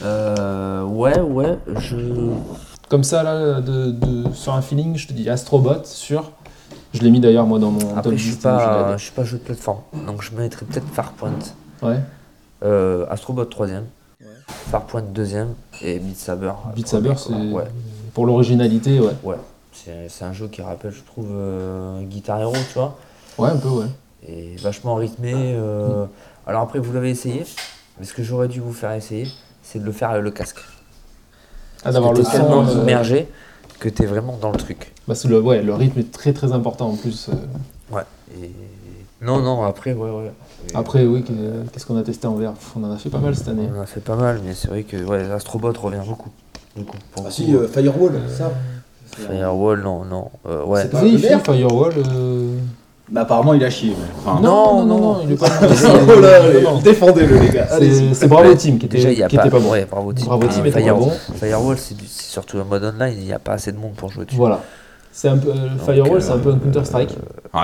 D: Euh, ouais, ouais, je...
C: Comme ça, là, de, de- sur un feeling, je te dis Astrobot, sûr. Je l'ai mis d'ailleurs moi dans mon top
D: Après,
C: 10
D: je suis
C: des jeux de
D: pas,
C: l'année.
D: je suis pas jeu de plateforme, donc je mettrais peut-être Farpoint.
C: Ouais.
D: Euh, Astrobot 3ème. Farpoint 2ème. Et Beat Saber. euh,
C: Beat Saber,
D: premier, quoi.
C: c'est
D: Ouais.
C: pour l'originalité, ouais.
D: ouais. C'est c'est un jeu qui rappelle, je trouve, euh, Guitar Hero, tu vois.
C: Ouais, un peu, ouais.
D: Et vachement rythmé. euh, Alors après, vous l'avez essayé. Mais ce que j'aurais dû vous faire essayer, c'est de le faire avec le casque.
C: Ah, d'avoir
D: T'es
C: le
D: tellement
C: son. euh,
D: immergé que t'es vraiment dans le truc.
C: bah, c'est le, ouais, le rythme est très très important en plus. euh.
D: Ouais. Et... Non, non, après, ouais, ouais. Et-
C: Après, oui, que- qu'est-ce qu'on a testé en VR Pff, On en a fait pas mal cette année.
D: On en a fait pas mal, mais c'est vrai que ouais, Astrobot revient beaucoup. Du coup, pour le
E: Ah
D: coup,
E: si, euh, Firewall, ça.
D: Firewall, non, non. euh, ouais.
E: C'est
C: Vous
E: pas-
C: avez
E: le
C: fait
E: vert
C: Firewall euh,
B: Mais Bah, apparemment, il a chié. mais- Enfin,
D: Ah, Non, non,
C: il est pas
E: Oh là, allez,
C: Non, non.
E: défendez-le, les gars.
C: C'est-
E: Allez-y.
C: C'est Bravo Team qui était,
D: Déjà, il n'y a
C: qui
D: pas.
C: était pas bon.
D: ouais, bravo Team.
C: Bravo
D: Ah,
C: Team était pas
D: Firewall,
C: bon.
D: Firewall, c'est du- c'est surtout un mode online, il n'y a pas assez de monde pour jouer dessus.
C: Voilà. C'est un peu, euh, le Firewall,
D: euh,
C: c'est un peu un Counter-Strike.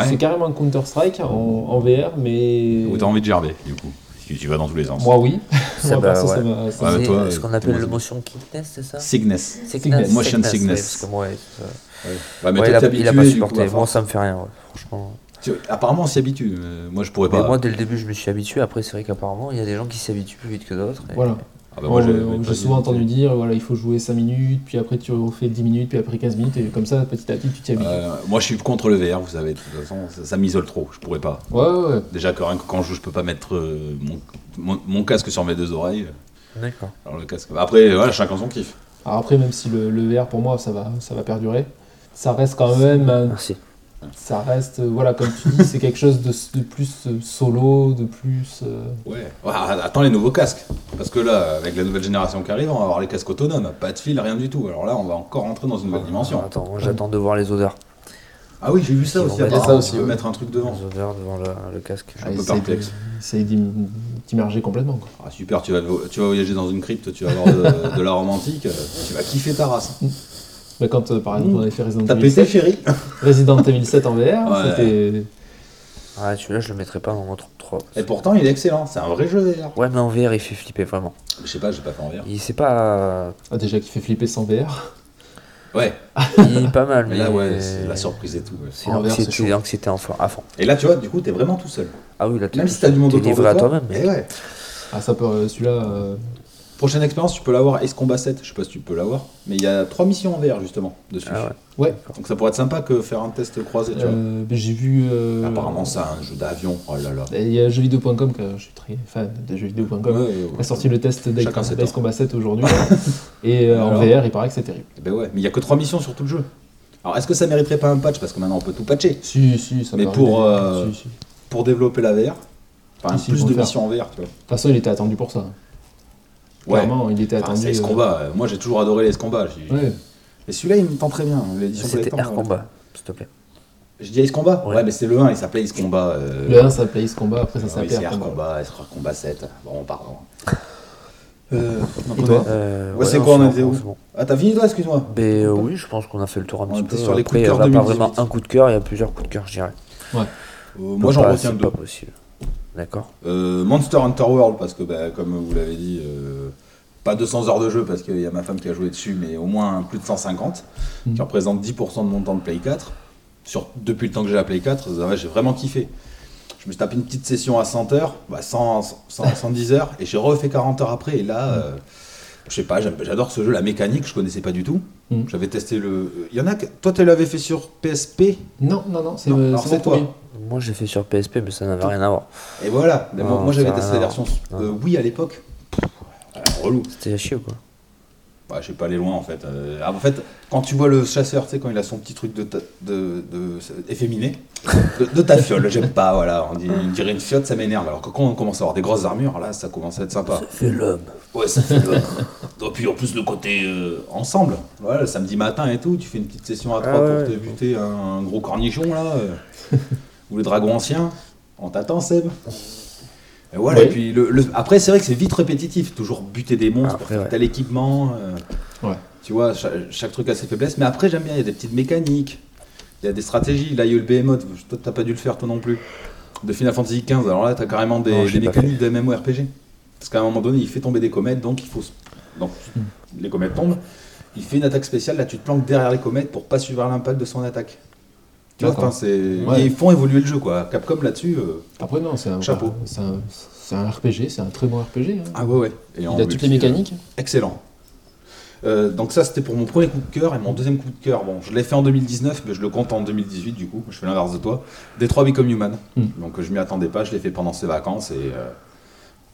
C: C'est
B: ouais.
C: carrément un Counter-Strike en, en VR, mais.
B: Ou t'as envie de gerber, du coup Parce que tu vas dans tous les sens.
C: Moi, oui.
D: Ça,
C: Moi,
D: bah,
C: perso, ça
D: ouais.
C: m'a- ça-
B: Ouais,
D: C'est
B: toi,
D: ce qu'on
B: t'es
D: appelle
B: moins-
D: le motion sickness, c'est ça
B: Cygnus.
D: Sickness,
B: Motion sickness.
D: parce que moi, ouais, c'est ça.
B: Ouais, mais
D: Ouais,
B: toi,
D: il,
B: t'es
D: a, il
B: habitué,
D: a pas
B: du coup,
D: supporté.
B: à
D: Moi,
B: force.
D: ça me fait rien, ouais, franchement.
B: Tu- Apparemment, on s'y habitue. euh, Moi, je pourrais
D: Mais
B: pas.
D: moi, dès le début, je me suis habitué. Après, c'est vrai qu'apparemment, il y a des gens qui s'habituent plus vite que d'autres. et-
C: Voilà.
B: Ah bah,
C: Moi,
B: j'ai-
C: j'ai-
B: j'ai
C: j'ai
B: pas
C: souvent
B: d'idée.
C: entendu dire voilà, il faut jouer 5 minutes, puis après tu refais 10 minutes, puis après 15 minutes, et comme ça, petit à petit, tu t'y habitues.
B: Euh, moi, je suis contre le VR, vous savez. De toute façon, ça, ça m'isole trop. Je pourrais pas.
C: Ouais, ouais, ouais.
B: Déjà, que rien que quand je joue, je peux pas mettre euh, mon, mon- mon casque sur mes deux oreilles. euh,
D: D'accord.
B: Alors, le casque. Après, voilà, chacun son kiff.
C: Alors après, même si le, le VR pour moi, ça va, ça va perdurer, ça reste quand même. un-
D: Merci.
C: ça reste, euh, voilà, comme tu dis, c'est quelque chose de, de plus euh, solo, de plus. euh,
B: Ouais. Ouais, attends les nouveaux casques. Parce que là, avec la nouvelle génération qui arrive, on va avoir les casques autonomes. Pas de fil, rien du tout. Alors là, on va encore entrer dans une nouvelle dimension.
D: Attends, moi, j'attends de voir les odeurs.
B: Ah oui, j'ai vu ça
D: Ils
B: aussi.
D: vont mettre
B: apparemment,
C: ça aussi,
B: tu peux
C: ouais.
B: mettre un truc devant.
D: Les odeurs devant le, le casque.
B: suis un peu
C: essaye de-
B: perplexe.
C: Essaye d'im- d'immerger complètement. Quoi.
B: Ah, super, tu vas, tu vas voyager dans une crypte, tu vas avoir de, de la romantique, euh, tu vas kiffer ta race.
C: Mais quand, euh, par exemple, on avait fait Resident
B: T'as
C: Evil
B: pété,
C: 7,
B: chérie
C: Resident Evil 7 en VR,
B: Ouais.
C: c'était.
D: Ah, celui-là, je le mettrais pas dans mon top 3.
B: Et pourtant, il est excellent, c'est un vrai jeu VR.
D: Ouais, mais en VR, il fait flipper vraiment.
B: Je sais pas, j'ai pas fait en VR.
D: Il c'est pas.
C: Ah, déjà qui fait flipper sans VR.
B: Ouais,
D: Il est pas mal, mais.
B: mais là, ouais, c'est la surprise et tout. ouais.
D: C'est
C: En VR,
D: l'anxiété-
C: c'est chaud.
D: c'est l'anxiété en fond- à fond.
B: Et là, tu vois, du coup, t'es vraiment tout seul.
D: Ah oui, là, t'es
B: Même si t'as du monde
D: t'es
B: autour de
D: livré
B: toi.
D: à toi-même.
B: eh
D: mec.
B: ouais.
C: Ah, ça peut. euh, Celui-là. euh,
B: Prochaine expérience, tu peux l'avoir Ace Combat 7, je sais pas si tu peux l'avoir, mais il y a trois missions en VR justement dessus.
D: Ah ouais.
C: Ouais.
B: Donc ça pourrait être sympa que faire un test croisé, tu vois.
C: Euh, ben, j'ai vu. euh,
B: Apparemment, ça, un jeu d'avion, oh là là.
C: Il y a jeuxvideo.com, que je suis très fan de jeuxvideo.com,
B: Ouais, ouais, ouais.
C: a sorti le test
B: Chacun ses
C: d'Ice
B: torts.
C: Combat 7 aujourd'hui. et euh, en
B: Alors
C: VR, il paraît que c'est terrible.
B: Eh Ben ouais, mais il y a que trois missions sur tout le jeu. Alors est-ce que ça mériterait pas un patch Parce que maintenant on peut tout patcher.
C: Si, si, ça
B: Mais
C: peut
B: pour,
C: arriver.
B: euh,
C: Si, si. De
B: Pour développer la VR, par
C: Ici, ils
B: plus
C: vont
B: de
C: le faire.
B: missions en VR, tu vois.
C: toute façon, il était attendu pour ça.
B: Ouais.
C: Clairement, il était
B: Enfin,
C: attendu.
B: c'est Ace
C: euh,
B: Combat, euh, moi j'ai toujours adoré les Combat. j'ai-
C: Ouais.
B: Et celui-là il me tend très bien. hein, l'édition
D: C'était
B: collector,
D: Air
B: ouais.
D: Combat, s'il te plaît.
B: Je dis Ace Combat ouais.
D: Ouais.
B: mais c'est le 1, il s'appelait Ace Combat. euh, Ah
C: Le 1, ça s'appelait Ace Combat, après ça
B: oui,
C: s'appelait
B: c'est
C: Air
B: Air
C: Combat.
B: Combat, Air Combat 7. Bon, pardon.
C: Et toi
D: Euh,
B: Ouais, c'est quoi, on
D: non,
B: était où
D: c'est bon.
B: Ah, t'as fini toi, excuse-moi
D: Ben euh, oui, je pense qu'on a fait le tour un
B: On
D: petit
B: était
D: peu.
B: sur les coups de cœur
D: Après, on a pas
B: 2018.
D: vraiment un coup de cœur, il y a plusieurs coups de cœur, je dirais.
B: Euh, Moi j'en
D: Pas-
B: retiens
D: c'est
B: deux.
D: pas possible. D'accord.
B: Euh, Monster Hunter World, parce que bah, comme vous l'avez dit, euh, pas 200 heures de jeu, parce qu'il y a ma femme qui a joué dessus, mais au moins plus de 150,
D: Mm.
C: Mhm.
B: qui représente 10% de mon temps de Play 4. Sur, depuis le temps que j'ai la Play 4, ça va, j'ai vraiment kiffé. Je me suis tapé une petite session à 100 heures, bah 100, 100, 110 heures, et j'ai refait 40 heures après, et là... euh, je sais pas, j'aime- j'adore ce jeu, la mécanique, je connaissais pas du tout.
D: Mm.
C: Mhm.
B: J'avais testé le. Il y en a que. Toi, tu l'avais fait sur PSP
C: Non, non, non, c'est
B: Non,
C: euh,
B: alors
C: c'est
B: c'est
C: mon
B: toi.
C: premier.
D: Moi, j'ai fait sur PSP, mais ça n'avait rien à voir.
B: Et voilà. Mais moi,
D: Non,
B: moi, j'avais
D: ça,
B: testé la
D: non.
B: version euh, Wii à l'époque. Euh, relou.
D: C'était à chier ou quoi
B: Bah, je sais pas aller loin en fait. Euh, ah, en fait, quand tu vois le chasseur, tu sais, quand il a son petit truc de, ta- de, de- efféminé, de, de ta fiole, j'aime pas, voilà. On, dit- on dirait une fiotte, ça m'énerve. Alors que quand on commence à avoir des grosses armures, là, ça commence à être sympa.
D: C'est l'homme.
B: Ouais, ça fait le- Et puis en plus, le côté euh, ensemble, voilà, le samedi matin et tout, tu fais une petite session à
D: Ah
B: trois
D: ouais.
B: pour te buter un gros cornichon là, euh, ou le dragon ancien. On t'attend, Seb. Et voilà,
C: Ouais.
B: et puis le, le- après, c'est vrai que c'est vite répétitif, toujours buter des monstres pour
D: Après,
B: faire
D: ouais.
B: tel équipement. euh,
C: Ouais.
B: Tu vois, cha- chaque, truc a ses faiblesses, mais après, j'aime bien, il y a des petites mécaniques, il y a des stratégies. Là, il y a eu le Behemoth, toi, t'as pas dû le faire, toi non plus, de Final Fantasy XV. Alors là, t'as carrément des,
D: Non, je
B: des
D: l'ai pas
B: mécaniques de MMORPG. Parce qu'à un moment donné, il fait tomber des comètes, donc il faut. se- Donc, les comètes tombent. Il fait une attaque spéciale, là tu te planques derrière les comètes pour pas suivre l'impact de son attaque. Tu vois,
C: D'accord.
B: enfin, c'est-
C: Ouais.
B: Et ils font évoluer le jeu quoi. Capcom là-dessus. euh,
C: Après, non, c'est un,
B: Chapeau.
C: c'est un, c'est un RPG, c'est un très bon RPG. hein.
B: Ah ouais, ouais. Et en-
C: il a
B: et
C: toutes
B: puis,
C: les mécaniques.
B: euh, excellent. Euh, donc ça c'était pour mon premier coup de cœur et mon deuxième coup de cœur. Bon, je l'ai fait en 2019, mais je le compte en 2018 du coup. Je fais l'inverse de toi. Détroit Become Human.
C: Hmm.
B: Donc euh, je m'y attendais pas. Je l'ai fait pendant ses vacances et euh,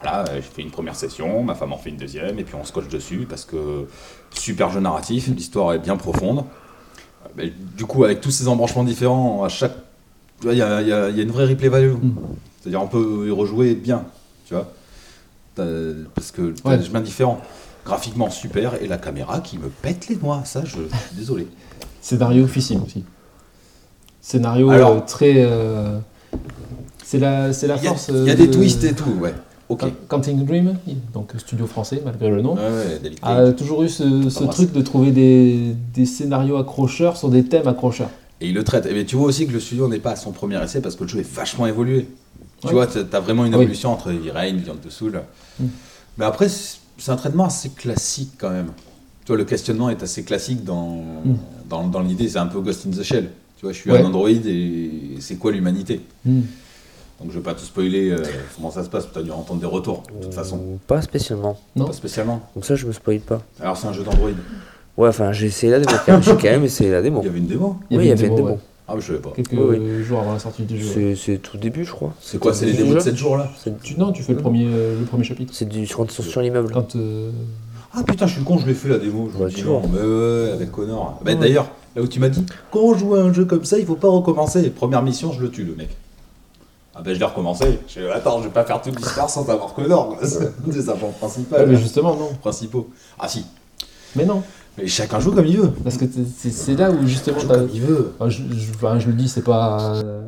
B: voilà, euh, j'ai fait une première session. Ma femme en fait une deuxième et puis on se coche dessus parce que super jeu
C: Hmm.
B: narratif. L'histoire est bien profonde. Euh, mais du coup, avec tous ces embranchements différents, à chaque, tu vois, il y, a- il y a il y a une vraie replay value.
C: Mm.
B: C'est-à-dire on peut y rejouer bien, tu vois, T'as- parce que t'as
C: Ouais.
B: des chemins différents. Graphiquement super et la caméra qui me pète les noix. Ça, je, je suis désolé.
C: Scénario officiel aussi. Scénario
B: Alors-
C: euh, très. euh, c'est la, c'est la
B: Il y a,
C: force.
B: il y a
C: euh,
B: des
C: de- Ah.
B: twists et tout, ouais. Ok.
C: Ca- Counting Dream, donc studio français malgré le nom,
B: Ouais, ouais, David
D: Ah,
B: Cage.
C: a toujours eu ce, ce
B: Embrasse.
C: truc de trouver des, des scénarios accrocheurs sur des thèmes accrocheurs.
B: Et il le traite. Mais tu vois aussi que le studio n'est pas à son premier essai parce que le jeu est vachement évolué. Tu
C: Ouais.
B: vois, t'as t'as vraiment une
C: Oui.
B: évolution entre Heavy Rain, Beyond the Soul.
C: Mm.
B: Mais après, c'est c'est un traitement assez classique quand même. Tu vois, le questionnement est assez classique dans, dans, dans l'idée. C'est un peu Ghost in the Shell. Tu vois, je suis
C: Mm. Ouais.
B: un androïde et c'est quoi l'humanité
D: Hmm.
B: Donc je vais pas tout spoiler euh, comment ça se passe, tu as dû entendre des retours, de toute façon.
D: Pas spécialement.
C: Non.
B: Pas spécialement.
D: Donc ça, je me spoil pas.
B: Alors c'est un jeu d'Android.
D: Ouais, enfin, j'ai essayé la démo. quand même. J'ai quand même essayé la démo.
B: Il y avait une démo
D: Oui, il y avait une démo.
C: ouais.
B: Ah mais je savais pas.
C: Quelques
D: Oui,
C: jours avant la sortie du jeu. ouais.
D: C'est- C'est tout début, je crois.
B: C'est quoi, c'est les
D: du
B: démos de
D: jeu
B: 7 jours là
D: C'est du-
C: Tu, non, tu fais le premier, euh, le premier chapitre.
D: C'est du. Quand ils sont sur l'immeuble.
C: Quand, euh,
B: Ah putain, je suis con, je l'ai fait la démo. Je
D: Bah,
B: me dis,
D: tu vois.
B: non, mais ouais, avec Connor. Bah, D'ailleurs, là où tu m'as dit, quand on joue à un jeu comme ça, il faut pas recommencer. Première mission, je le tue le mec. Ah ben je l'ai recommencé. Je fais, attends, je vais pas faire toute l'histoire sans avoir Connor. quoi. C'est des agents principaux.
C: Ah, mais justement, non.
B: Principaux. Ah si.
C: Mais non,
B: Mais chacun joue comme il veut.
C: parce que t'es- c'est c'est là où justement.
B: Joue
C: t'as-
B: comme il veut.
C: Enfin, je, je- enfin, je le dis, c'est pas. euh,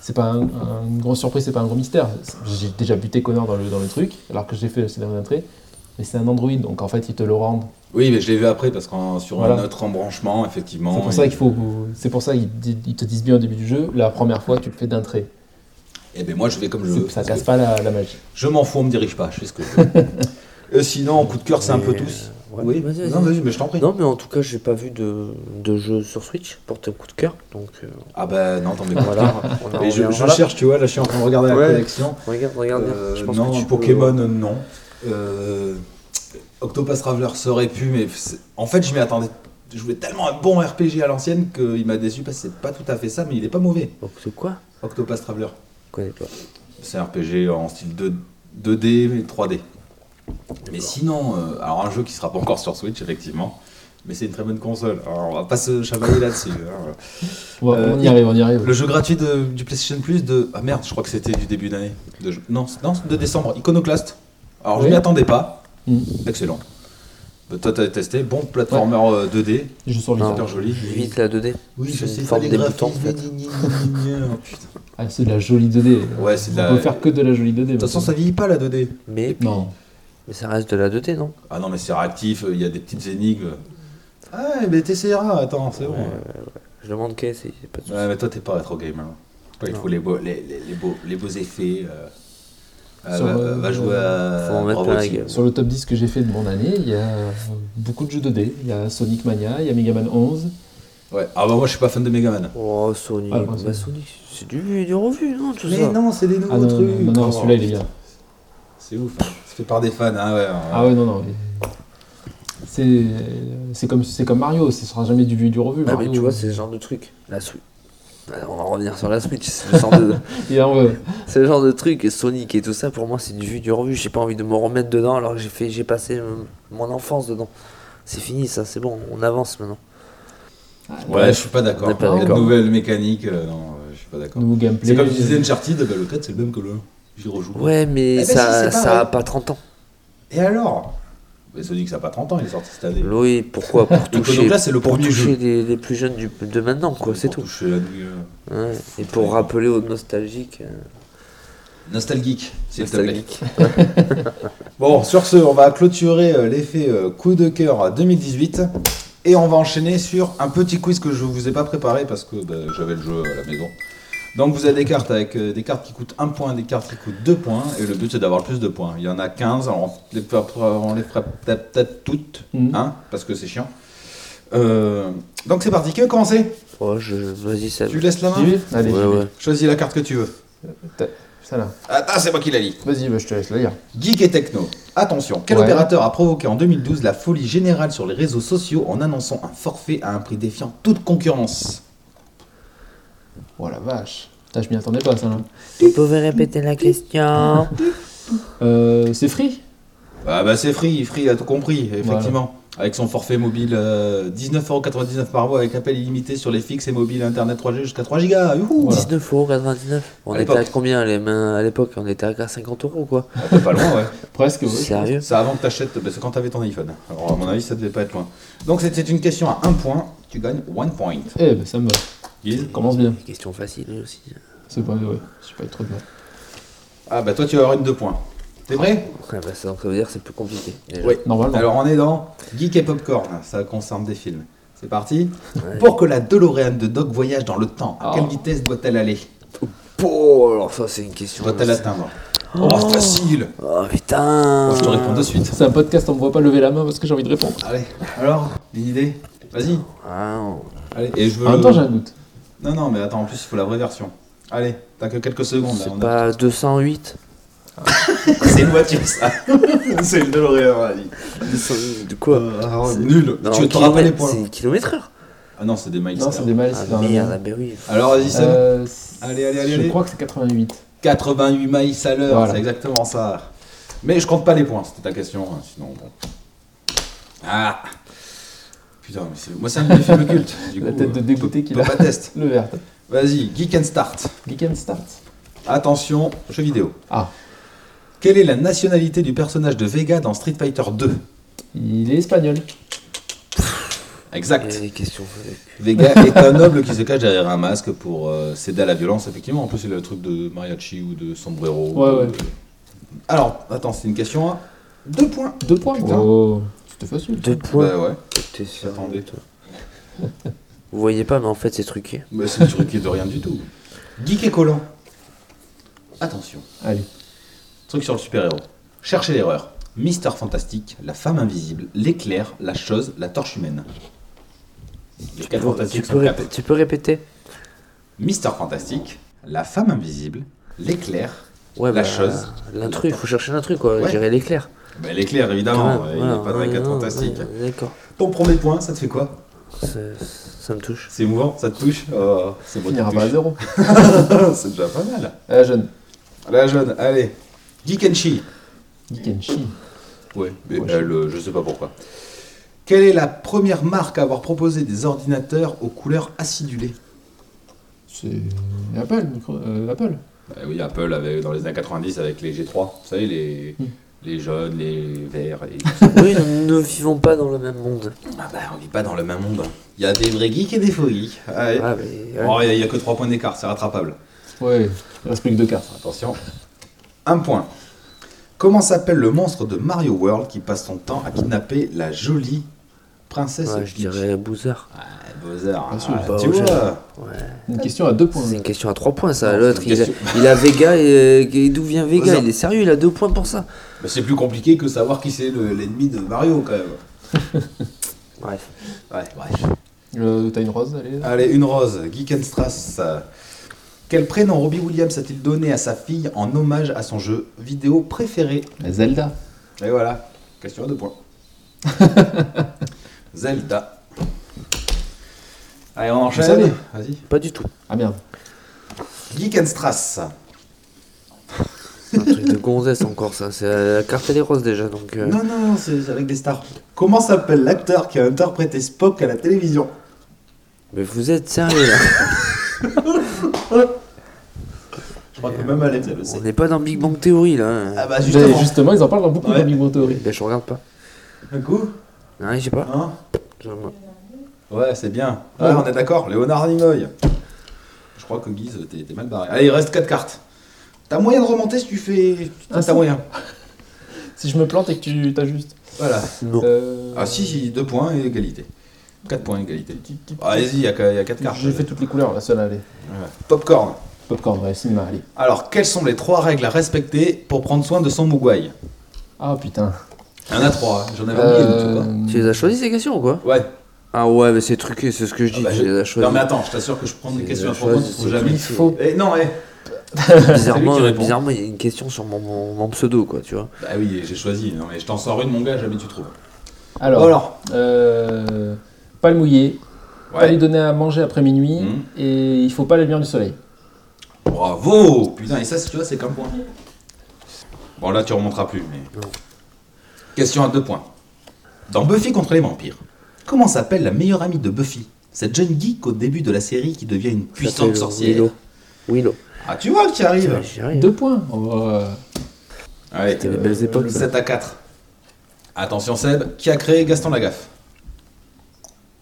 C: C'est pas un- un- une grosse surprise, c'est pas un gros mystère. J'ai déjà buté Connor dans le, dans le truc, alors que j'ai fait le scénario d'entrée. Mais c'est un Android, donc en fait, ils te le rendent.
B: Oui, mais je l'ai vu après parce qu'en sur
C: Voilà.
B: un autre embranchement, effectivement.
C: C'est pour ça qu'il faut. C'est pour ça qu'ils di- ils te disent bien au début du jeu, la première fois, tu le fais d'un trait.
B: Et ben moi, je vais comme je
C: C'est-
B: veux.
C: Ça
B: parce
C: casse
B: que
C: pas la, la magie.
B: Je m'en fous, on me dirige pas. Je fais ce que je veux. Euh, sinon, coup de cœur, c'est un
D: Mais,
B: peu tous.
D: euh, ouais.
B: oui.
D: Vas-y, vas-y.
B: Non, vas-y, mais je t'en prie.
D: Non, mais en tout cas, j'ai pas vu de, de jeu sur Switch pour tes coups de cœur. Donc euh,
B: Ah bah non, attends, mais voilà.
D: voilà. on en
B: Et je, je
D: reviendra là.
B: cherche, tu vois, là je suis en train de regarder la
D: Ouais.
B: collection.
D: Regarde, regarde. bien.
B: Euh,
D: je pense
B: non,
D: que tu peux-
B: Pokémon, euh, non. Euh, Octopus Traveler serait pu, mais c'est- en fait, je m'y attendais. Je voulais tellement un bon RPG à l'ancienne qu'il m'a déçu parce que c'est pas tout à fait ça, mais il est pas mauvais.
D: Donc, Oh, c'est quoi
B: Octopus Traveler.
D: Je connais pas.
B: C'est un RPG en style 2, 2D mais 3D. Mais sinon, euh, alors un jeu qui sera pas encore sur Switch, effectivement. Mais c'est une très bonne console. Alors, on va pas se chavailler là-dessus. hein.
C: On va-
B: Euh,
C: on y arrive, on y arrive.
B: Le jeu gratuit de- du PlayStation Plus de. Ah merde, je crois que c'était du début d'année. De, non, c'est- non, c'est de décembre. Iconoclast. Alors je
C: Oui.
B: m'y attendais pas.
C: Mm.
B: Excellent. Bah, toi, t'as testé. Bon platformer euh, 2D.
C: Je sors
D: Non.
C: vite.
B: Super joli.
D: Vite la 2D.
E: Oui, je
D: C'est
E: sais
D: une
E: pas
D: forme
E: les
D: débutant,
E: graphismes.
D: en fait.
E: gni, gni, gni, gni, gni.
B: Oh, putain.
C: Ah, c'est de la jolie 2D.
B: Ouais, c'est de la-
C: On peut faire que de la jolie 2D.
B: De toute façon, ça vieillit pas la 2D.
D: Mais,
C: Non.
D: mais ça reste de la 2D, non
B: Ah non, mais c'est réactif. Il y a des petites énigmes. Ah, mais t'essayeras. Attends, c'est bon.
D: Euh, Je demande qu'est-ce, c'est pas de souci.
B: Ouais, mais toi, t'es pas rétro game. hein. Toi, il
D: Non.
B: faut les beaux, les, les, les beaux, les beaux effets. euh. Ah,
C: Sur,
B: va,
C: euh,
B: va jouer à.
D: Faut en mettre
B: Bravo
D: plein la
B: Team.
D: gueule.
C: Sur le top 10 que j'ai fait de mon année, il y a euh, beaucoup de jeux 2D. Il y a Sonic Mania, il y a Mega Man 11.
B: Ouais. Ah bah, moi, je suis pas fan de Megaman.
D: Oh, Sonic,
C: Ah, moi,
D: bah,
C: c'est-
D: Sonic, c'est du vu et du revu, non, tout
B: Mais
D: ça
B: non, c'est des nouveaux
C: Ah non, non,
B: trucs.
C: non, non, celui-là il est bien.
B: Oh, C'est ouf. hein. C'est fait par des fans. Hein, ouais,
C: Ah ouais, non, non. mais- C'est c'est comme, c'est comme Mario, ce sera jamais du vu et du revu.
D: Ah, mais
C: Mario.
D: tu vois, c'est ce genre de truc. La Switch. Alors, On va revenir sur la Switch. C'est le genre de,
C: Et alors, euh,
D: c'est le genre de truc. Et Sonic et tout ça, pour moi, c'est du vu, du revu. J'ai pas envie de me remettre dedans alors que j'ai fait, j'ai passé euh, mon enfance dedans. C'est fini, ça, c'est bon. On avance maintenant.
B: ouais. Ouais, je suis pas d'accord.
D: On est pas
B: La
D: d'accord.
B: nouvelle mécanique, euh, non, euh, je suis pas d'accord.
C: nouveau gameplay.
B: C'est comme je disais Uncharted, bah, le 4, c'est le même que le 1. J'y rejoue.
D: Ouais, mais
B: Eh ben, si,
D: ça,
B: c'est
D: ça
B: pareil.
D: a pas 30 ans.
B: Et alors Mais Sonic, ça a pas 30 ans, il est sorti cette année.
D: Oui, pourquoi Pour
B: Le
D: toucher,
B: Iconoclast, c'est le
D: pour
B: premier
D: toucher
B: jeu.
D: les, les plus jeunes du- de maintenant, quoi. C'est
B: Pour
D: tout.
B: toucher la euh, gueule.
D: Ouais, Et pour rappeler aux nostalgiques. euh,
B: Nostalgeek, s'il te plaît.
D: nostalgiques.
B: Bon, sur ce, on va clôturer euh, l'effet euh, coup de cœur 2018 et on va enchaîner sur un petit quiz que je vous ai pas préparé parce que bah, j'avais le jeu à la maison. Donc vous avez des cartes avec euh, des cartes qui coûtent 1 point, des cartes qui coûtent 2 points et le but c'est d'avoir le plus de points. Il y en a 15, alors on les fera, on les fera peut-être peut-être toutes,
C: Mhm.
B: hein, parce que c'est chiant. Euh, donc c'est parti, qui veut commencer
D: Oh, je... Vas-y, ça.
B: Tu laisses la main
C: J'y vais Allez,
D: Ouais,
C: j'y vais.
D: ouais.
B: Choisis la carte que tu veux.
C: Ça là.
B: Attends, c'est moi qui la lis.
C: Vas-y, bah, je te laisse la lire.
B: Geek et techno. Attention, quel
C: Ouais.
B: opérateur a provoqué en 2012 la folie générale sur les réseaux sociaux en annonçant un forfait à un prix défiant toute concurrence
C: Oh la vache. Putain, je m'y attendais pas, ça là.
D: Vous pouvez répéter la question
C: Euh, c'est Free
B: Ah bah c'est Free, Free a tout compris, effectivement. Avec son forfait mobile euh, 19,99€ par mois avec appel illimité sur les fixes et mobiles internet 3G jusqu'à 3 gigas. youhou.
C: Voilà.
D: 19,99€. On
B: À
D: était
B: l'époque.
D: à combien les mains à l'époque On était à 50 euros quoi.
B: Ah, t'es pas loin, ouais.
C: Presque, ouais.
D: Sérieux
B: C'est avant que t'achètes, bah, c'est quand t'avais ton iPhone. Alors à mon avis, ça devait pas être loin. Donc c'était une question à 1 point, tu gagnes 1 point.
C: Eh, bah, ça me va.
B: Guise
C: Commence bien.
D: Question facile aussi. euh,
C: C'est pas, ouais. Je suis pas trop de mal.
B: Ah bah toi, tu vas avoir une 2 points. T'es prêt
D: Ah bah, ça, donc ça veut dire que c'est plus compliqué. déjà.
B: Oui.
C: Normalement.
B: Euh, Alors on est dans Geek et Popcorn, ça concerne des films. C'est parti. Pour que la DeLorean de Doc voyage dans le temps, à
C: Ah.
B: quelle vitesse doit-elle aller
D: Oh alors ça Oh, c'est une question.
B: Doit-elle atteindre Oh, facile
D: Oh putain
B: Je te réponds de suite.
C: C'est un podcast, on me voit pas lever la main parce que j'ai envie de répondre.
B: Allez, alors, une idée Vas-y.
D: Ah, on-
B: Allez, et je veux
C: En même
B: le-
C: temps, j'ai un doute.
B: Non, non, mais attends, en plus, il faut la vraie version. Allez, t'as que quelques secondes. là,
D: C'est
B: on a-
D: pas 208
B: C'est une voiture, ça. C'est une DeLorean, allez.
D: 208 de quoi C'est-
B: nul.
D: Oh, Non,
B: euh, ah, tu
D: en
B: te rappelles les
D: kilomètre-
B: points
D: C'est kilomètre heure
B: Ah non, c'est des miles.
C: Non, c'est des miles.
D: Ah
C: c'est dans la
D: merde, ah
C: même.
D: bah oui.
B: Alors, vas-y, Sam.
C: Euh,
B: Allez, allez, allez,
C: Je
B: allez.
C: crois que c'est 88.
B: 88 miles à l'heure,
C: Voilà.
B: c'est exactement ça. Mais je compte pas les points, c'était ta question, hein, sinon bon. Ah Putain, mais c'est... moi c'est un de mes films cultes. Du
C: La tête de
B: euh,
C: dégoûté
B: peut-
C: qu'il
B: peut pas
C: a.
B: test.
C: Le vert.
B: Vas-y, Geek and Start.
C: Geek and Start.
B: Attention, jeu vidéo.
C: Ah,
B: Quelle est la nationalité du personnage de Vega dans Street Fighter 2
C: il est espagnol.
D: Il y
B: Exact.
D: a des questions.
B: Vega est un noble qui se cache derrière un masque pour euh, céder à la violence, effectivement. En plus, il a le truc de mariachi ou de sombrero. Euh,
C: Ouais, ouais.
B: Alors, attends, c'est une question à deux points.
C: Deux points.
B: Putain.
C: Oh, c'était facile.
D: Deux points.
B: Bah ouais.
D: T'es sûr,
B: Attendez.
D: toi. Vous voyez pas mais en fait c'est truqué.
B: Mais c'est truc qui est de rien du tout. Geek et collant. Attention.
C: Allez.
B: Truc sur le super-héros. Cherchez l'erreur. Mister Fantastique, la femme invisible, l'éclair, la chose, la torche humaine. Les quatre
D: tu,
B: fantastiques
D: peux
B: sont
D: ré-
B: capés.
D: tu peux répéter
B: Mister Fantastique, la femme invisible, l'éclair,
D: Ouais, bah,
B: la chose.
D: L'intrus, il faut chercher l'intrus quoi,
B: Ouais.
D: je dirais l'éclair.
B: Bah, L'éclair, évidemment,
D: Ouais,
B: ouais, il
D: voilà,
B: n'est pas dans les
D: ouais,
B: 4
D: non,
B: fantastiques.
D: ouais, D'accord.
B: Ton premier point, ça te fait quoi
D: Ça- Ça me touche.
B: C'est émouvant, ça te touche Oh, C'est
C: On
B: bon,
C: finira pas à
B: ça
C: zéro.
B: te touche. C'est déjà pas mal.
C: À la Euh, jeune.
B: La jeune, allez. Gikenshi.
F: Gikenshi.
B: Ouais, mais
F: Ouais.
B: elle, euh, je sais pas pourquoi. Quelle est la première marque à avoir proposé des ordinateurs aux couleurs acidulées
C: C'est Apple, micro... euh, Apple.
B: Bah oui, Apple avait dans les années 90 avec les G3, vous savez, les,
C: Hmm.
B: les jaunes, les verts. Et...
D: Oui, nous ne vivons pas dans le même monde.
B: ah bah, on vit pas dans le même monde. Il y a des vrais geeks et des faux geeks. Allez.
D: Ah, mais, ouais.
B: Oh, il y a- il y a que 3 points d'écart, c'est rattrapable.
C: Ouais, il reste plus que deux cartes.
B: Attention. Un point. Comment s'appelle le monstre de Mario World qui passe son temps à kidnapper la jolie princesse
D: Ouais, je
B: Peach
D: dirais Bouzard.
B: Ah, Bowser,
C: Ah, sûr,
B: ah,
D: pas
B: tu
D: au jeu.
B: vois
C: Une question à deux points.
D: C'est une question à 3 points, ça.
B: Non,
D: L'autre,
B: c'est une
D: il, a-
B: question.
D: il a Vega et, et d'où vient Vega
B: Bowser.
D: Il est sérieux, il a 2 points pour ça.
B: Mais c'est plus compliqué que savoir qui c'est le- l'ennemi de Mario quand même.
D: Bref.
B: Ouais, bref.
C: Euh, T'as une rose, allez.
B: Allez, une rose, Geekenstrass. Quel prénom Robbie Williams a-t-il donné à sa fille en hommage à son jeu vidéo préféré
C: La Zelda.
B: Et voilà, question à deux points. Zelda. Allez, on enchaîne.
C: savez.
B: Vas-y.
D: Pas du tout.
C: Ah merde.
B: Geekenstrass.
D: C'est un truc de gonzesse encore, ça. C'est la carte elle est rose déjà, donc. euh,
B: Non, non, non, c'est avec des stars. Comment s'appelle l'acteur qui a interprété Spock à la télévision
D: Mais vous êtes sérieux là
B: Je crois que même Alex, elle le
D: On
B: sait.
D: n'est pas dans Big Bang Theory là. hein.
B: Ah bah
C: Justement.
B: justement.
C: justement, ils en parlent dans beaucoup
B: Ouais.
C: de Big Bang Theory.
D: Ben, je regarde pas.
B: Un coup
D: Non, je sais pas.
B: Hein
D: Je-
B: Ouais, c'est bien.
C: Ouais.
B: Ah, on est d'accord, Léonard Nimoy. Je crois que Guise, t'es t'es mal barré. Allez, il reste 4 cartes. T'as moyen de remonter si tu fais.
C: Ah,
B: T'as
C: si.
B: moyen.
C: Si je me plante et que tu t'ajustes.
B: Voilà.
D: Non.
C: Euh...
B: Ah, si, si, 2 poins et égalité. 4 points, égalité.
C: Ti- ti- ti-
B: Ah, Allez-y, il y a 4 cartes.
C: J'ai fait toutes les couleurs, la seule, allez.
B: Ouais. Popcorn.
C: Popcorn, ouais, cinéma, allez.
B: Alors, quelles sont les 3 règles à respecter pour prendre soin de son Mogwai
C: Ah putain.
B: Il y en a 3, j'en avais oublié, une, tu
C: Euh...
D: Tu les as choisis ces questions ou quoi
B: vois. Ouais.
D: Ah ouais, mais c'est truqué, c'est ce que je dis.
B: Ah bah,
D: tu
B: je-
D: les as choisis.
B: Non, mais attends, je t'assure que je prends des
D: C'est
B: questions
D: la
B: à propos,
D: chose,
B: tu
D: c'est
B: trouves jamais.
D: tout.
C: Il faut.
B: Eh, non, eh
D: bizarrement,
B: C'est lui qui
D: euh,
B: répond.
D: bizarrement, il y a une question sur mon, mon- mon pseudo quoi, tu vois.
B: Bah oui, j'ai choisi. Non, mais je t'en sors une, mon gars, jamais tu trouves.
C: Alors,
B: Alors.
C: euh, pas le mouiller, pas lui donner à manger après minuit
B: Mhm.
C: et il faut pas la lumière du soleil.
B: Bravo Putain, et ça, c'est- tu vois, c'est comme point. Bon, là, tu remonteras plus, mais...
D: Non.
B: Question à deux points. Dans Buffy contre les vampires, comment s'appelle la meilleure amie de Buffy Cette jeune geek au début de la série qui devient une
D: Ça s'appelle
B: puissante sorcière.
D: Willow. Willow.
B: Ah, tu vois que tu y arrives
D: Ouais, j'y arrive.
C: Deux points. Oh, on va-
B: Allez,
D: C'était les belles époques. ça.
B: 7 à 4. Attention, Seb, qui a créé Gaston Lagaffe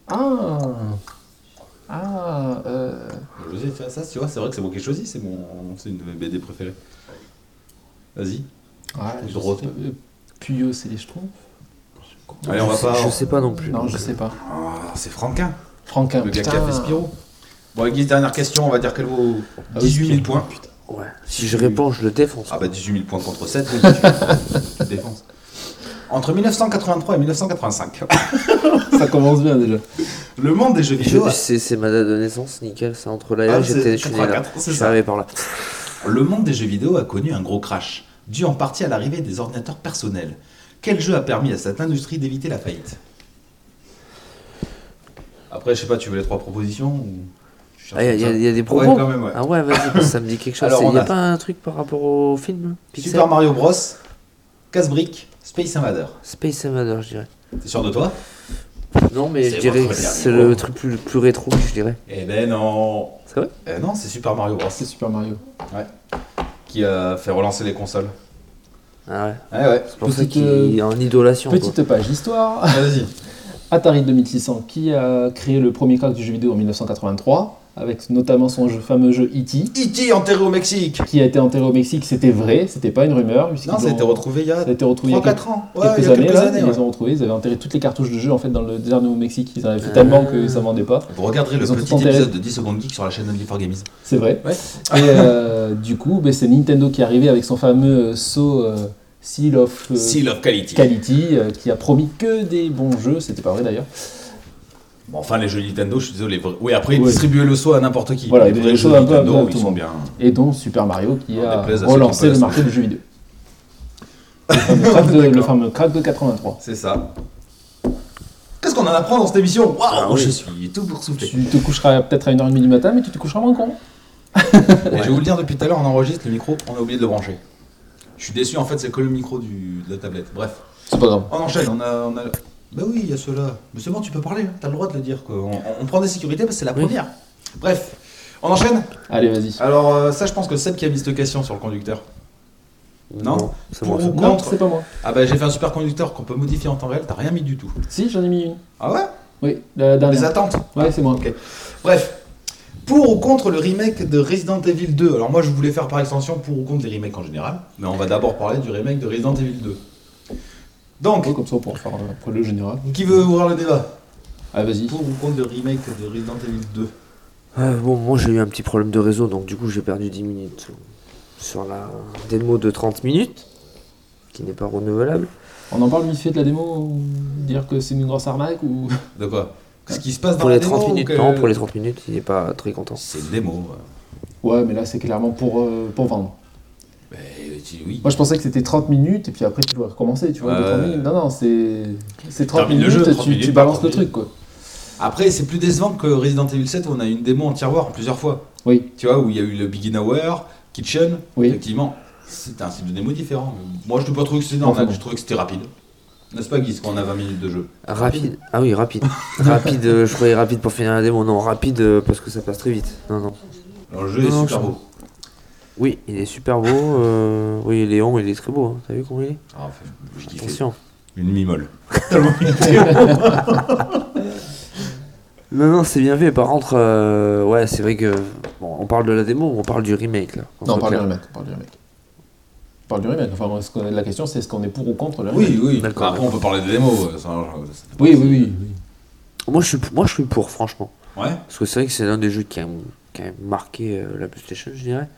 C: Ah. Ah. euh,
B: Je vous ai fait ça, tu vois, c'est vrai que c'est moi qui ai choisi, c'est mon... c'est une de mes BD préférées. Vas-y.
C: ah, je sais
B: Droite.
C: pas, euh, Puyo, c'est les schtroumpfs
B: Allez, on va
D: Je sais-
B: pas...
D: Je sais pas non plus.
C: Non,
D: donc,
C: je sais pas.
B: Ah, c'est Franquin,
C: Franquin.
B: le gars qui
C: putain.
B: a fait Spirou. Bon, Guise, dernière question, on va dire qu'elle vaut
C: Ah oui,
B: 18 000
C: Spirou,
B: points.
C: putain.
D: Ouais. Si je réponds, je le défonce.
B: Ah bah 18 000 points contre 7, oui, tu, tu dépenses. Entre 1983 et 1985,
C: Ça commence bien déjà.
B: le monde des jeux
D: Je-
B: vidéo,
D: C'est c'est ma date de naissance, nickel, c'est entre là et
B: Ah,
D: là,
B: c'est
D: j'étais je suis né là.
B: 84, c'est
D: Je suis
B: ça.
D: arrivé par là.
B: le monde des jeux vidéo a connu un gros crash, dû en partie à l'arrivée des ordinateurs personnels. Quel jeu a permis à cette industrie d'éviter la faillite Après, je sais pas, tu veux les trois propositions ou... tu cherches
D: Ah, il y, a-
B: comme
D: il y a des
B: ça Ouais,
D: propos.
B: quand même, ouais.
D: Ah ouais, vas-y, parce que ça me dit quelque chose.
B: Alors,
D: Il
B: on
D: n'y a,
B: a-
D: pas un truc par rapport au film Pixel
B: Super Mario Bros, Casse-Brique, Space Invader.
D: Space Invader, je dirais.
B: T'es sûr de toi
D: Non, mais
B: C'est
D: je dirais
B: votre
D: que
B: dernier
D: c'est
B: mot.
D: le truc plus, plus rétro que je dirais.
B: Eh ben non
D: C'est vrai
B: Eh non, c'est Super Mario Bros
C: C'est Super Mario.
B: qui a fait relancer les consoles.
D: Ah ouais.
C: Eh
B: Ouais, ouais.
D: C'est pour ça
C: Petite, euh,
D: qu'il est en idolation. quoi.
C: Petite page histoire.
B: Ah, Vas-y. E
C: Atari 2600 qui a créé le premier crack du jeu vidéo en 1983 avec notamment son jeu- fameux jeu E.T.
B: E.T. enterré au Mexique
C: qui a été enterré au Mexique, c'était vrai, c'était pas une rumeur. puisqu'ils
B: Non, ça a
C: ont-
B: été retrouvé il y a
C: ça a été retrouvé il y a
B: 3-4 ans. Ouais,
C: quelques
B: il y a
C: années,
B: quelques
C: là,
B: années.
C: ils
B: ouais.
C: les ont retrouvés, ils avaient enterré toutes les cartouches de jeu en fait dans le désert nouveau Mexique, ils en avaient fait tellement que ça vendait pas,
B: Vous regarderez le
C: Ils ont
B: petit
C: tout enterré.
B: épisode de 10 secondes geek sur la chaîne Only for Games.
C: c'est vrai.
B: Ouais.
C: Et euh, du coup, ben, c'est Nintendo qui est arrivé avec son fameux euh, saut euh, Seal of euh,
B: Seal of Quality.
C: Quality euh, qui a promis que des bons jeux, c'était pas vrai d'ailleurs.
B: Bon, enfin, les jeux Nintendo, je suis désolé. vra- Oui, après,
C: Ouais.
B: distribuez le saut à n'importe qui.
C: Voilà,
B: les
C: des
B: vrais
C: choses
B: jeux
C: un peu
B: Nintendo,
C: à tout
B: ils
C: le
B: sont
C: monde.
B: bien.
C: Et dont Super Mario qui
B: On
C: a
B: déplaise à ceux qui
C: relancé le
B: connaissent.
C: marché du jeu vidéo. Le fameux crack de, le
B: D'accord.
C: fameux crack de 83.
B: C'est ça. Qu'est-ce qu'on en apprend dans cette émission Waouh,
D: Ah oui.
B: je suis tout pour souffler.
C: Tu te coucheras peut-être à 1h30 du matin, mais tu te coucheras moins con.
B: Et Je vais vous le dire depuis tout à l'heure, on enregistre le micro, on a oublié de le brancher. Je suis déçu en fait, c'est que le micro du, de la tablette. Bref,
C: C'est pas grave.
B: on enchaîne, on a. on a- Bah oui, il y a ceux-là. Mais c'est bon, tu peux parler, hein, t'as le droit de le dire. Quoi. On, on prend des sécurités parce que c'est la
D: Oui.
B: première. Bref, on enchaîne
C: Allez, vas-y.
B: Alors, euh, ça, je pense que c'est Seb qui a mis cette question sur le conducteur. Non.
D: C'est moi.
B: Pour-
D: ça.
B: Ou
C: Non,
B: contre.
C: c'est pas moi.
B: Ah bah, j'ai fait un super conducteur qu'on peut modifier en temps réel, t'as rien mis du tout.
C: Si, j'en ai mis une.
B: Ah ouais
C: Oui, la
B: Les
C: dernière.
B: attentes
C: Ouais, c'est moi.
B: Ok. Bref, pour ou contre le remake de Resident Evil 2 Alors moi je voulais faire par extension pour ou contre les remakes en général, mais on va d'abord parler du remake de Resident Evil 2. Donc,
C: Ouais, comme ça, on pourra faire euh, le général.
B: qui veut ouvrir le débat
C: Ah, vas-y.
B: Pour ou contre le remake de Resident Evil 2
D: Euh, bon, moi j'ai eu un petit problème de réseau, donc du coup j'ai perdu 10 minutes sur la démo de 30 minutes, qui n'est pas renouvelable.
C: On en parle vite fait de la démo ou dire que c'est une grosse arnaque ou.
B: De quoi Qu'est-ce qui se passe dans
D: Pour
B: la
D: les
B: démo euh,
D: 30
B: ou
D: minutes,
B: que-
D: non, pour les 30 minutes, il n'est pas très content.
B: C'est une démo. euh.
C: Ouais, mais là, c'est clairement pour, euh, pour vendre.
B: Mais euh, tu- oui.
C: Moi, je pensais que c'était 30 minutes et puis après, tu dois recommencer, tu vois. de
B: Ouais.
C: 30 minutes. Non, non, c'est. C'est 30
B: Euh, Termine
C: minutes,
B: le jeu, 30
C: tu,
B: minutes,
C: tu balances
B: pas
C: le
B: 30
C: truc, quoi.
B: Après, c'est plus décevant que Resident Evil 7 où on a une démo en tiroir plusieurs fois.
C: Oui.
B: Tu vois, où il y a eu le Begin Hour, Kitchen,
C: Oui.
B: effectivement. C'est un style de démo différent. Moi, je ne pas trouvé que c'était
C: Enfin
B: normal,
C: bon.
B: je trouvais que c'était rapide. N'est-ce pas, Guy, qu'on a 20 minutes de jeu
D: Rapide Ah oui, rapide. rapide, euh, je croyais rapide pour finir la démo. Non, rapide euh, parce que ça passe très vite. Non, non.
B: Alors, le jeu est
D: Non,
B: super
D: je-
B: beau.
D: Oui, il est super beau. euh, Oui, Léon, il est très beau. hein. T'as vu comment il est
B: Ah, enfin, je kiffe.
D: Attention.
B: Une mimole. Tellement il était beau.
D: Non, non, c'est bien fait. Par contre, euh, ouais, c'est vrai que. Bon, on parle de la démo ou on parle du remake là qu'on
C: Non, on
D: soit
C: parle du
D: clair.
C: remake. On parle du remake. On parle du remake. Enfin, moi, ce qu'on- la question, c'est est-ce qu'on est pour ou contre le remake
B: oui, oui.
D: Ah, D'accord,
B: Après, on peut parler des démos. euh, ça- ça- ça-
C: Oui, oui, oui.
D: Moi, je suis, moi, je suis pour, franchement.
B: Ouais
D: Parce que c'est vrai que c'est l'un des jeux qui a, qui a marqué euh, la PlayStation, je dirais.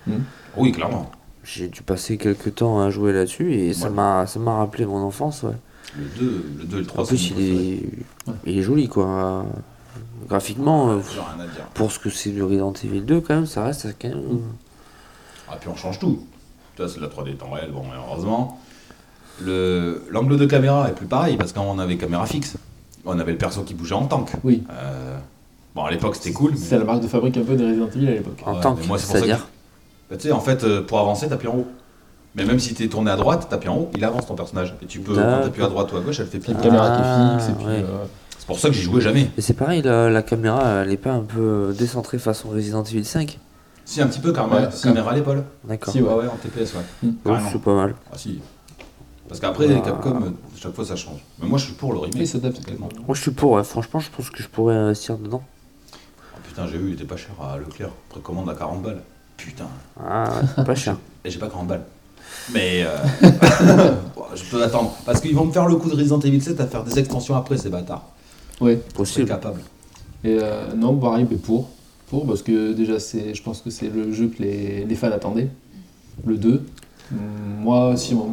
B: Oui, clairement.
D: J'ai dû passer quelques temps à jouer là-dessus et ça
B: Ouais.
D: m'a ça m'a rappelé mon enfance. Ouais.
B: Le 2, le 2 et le 3,
D: En plus, il est,
C: Ouais.
D: il est joli, quoi. Graphiquement, euh,
B: J'ai rien à dire.
D: pour ce que c'est du Resident Evil 2, quand même, ça reste quand même.
B: Ah, puis on change tout. Ça, c'est de la 3D temps réel, bon, mais heureusement. Le- L'angle de caméra est plus pareil, parce qu'on avait caméra fixe. On avait le perso qui bougeait en tank.
C: Oui.
B: Euh, Bon, à l'époque, c'était cool. mais-
C: C'est la marque de fabrique un peu des Resident Evil à l'époque.
D: En
B: Ouais,
D: tant
B: mais
D: que.
B: moi, c'est pour ça que-
D: C'est-à-dire.
B: Bah, tu sais, en fait, euh, pour avancer, t'appuies en haut. Mais même si t'es tourné à droite, t'appuies en haut, il avance ton personnage. Et tu peux, quand
D: D'accord.
B: t'appuies à droite ou à gauche, elle fait
C: C'est
B: pile.
C: une caméra
D: Ah,
C: qui est fixe et puis.
D: ouais.
C: euh,
B: C'est pour ça que j'y jouais jamais.
D: Mais c'est pareil, la, la caméra, elle est pas un peu euh, décentrée façon Resident Evil 5
B: Si, un petit peu, car ma-
C: Ouais, si.
B: caméra à l'épaule.
D: D'accord.
C: Si, ouais.
B: Ouais, ouais, en TPS, ouais.
C: Hmm.
D: Donc,
B: Carrément.
D: c'est pas mal.
B: Ah, si. Parce qu'après,
D: Ah.
B: Capcom, euh, chaque fois, ça change. Mais moi, je suis pour le remake.
C: Oui, ça adapte.
B: complètement.
D: Moi, je suis pour, ouais. franchement, je pense que je pourrais investir dedans.
B: Oh, putain, j'ai vu, il était pas cher à Leclerc. Précommande à 40 balles. Putain.
D: Ah, pas cher.
B: Et j'ai pas 40 balles. Mais euh, bon, je peux attendre. Parce qu'ils vont me faire le coup de Resident Evil 7 à faire des extensions après, ces bâtards.
C: Ouais.
B: C'est
D: Possible.
B: capable.
C: Et euh, non, pareil, mais pour. Pour, parce que déjà, c'est, je pense que c'est le jeu que les, les fans attendaient. Le 2. Hum, Moi, si on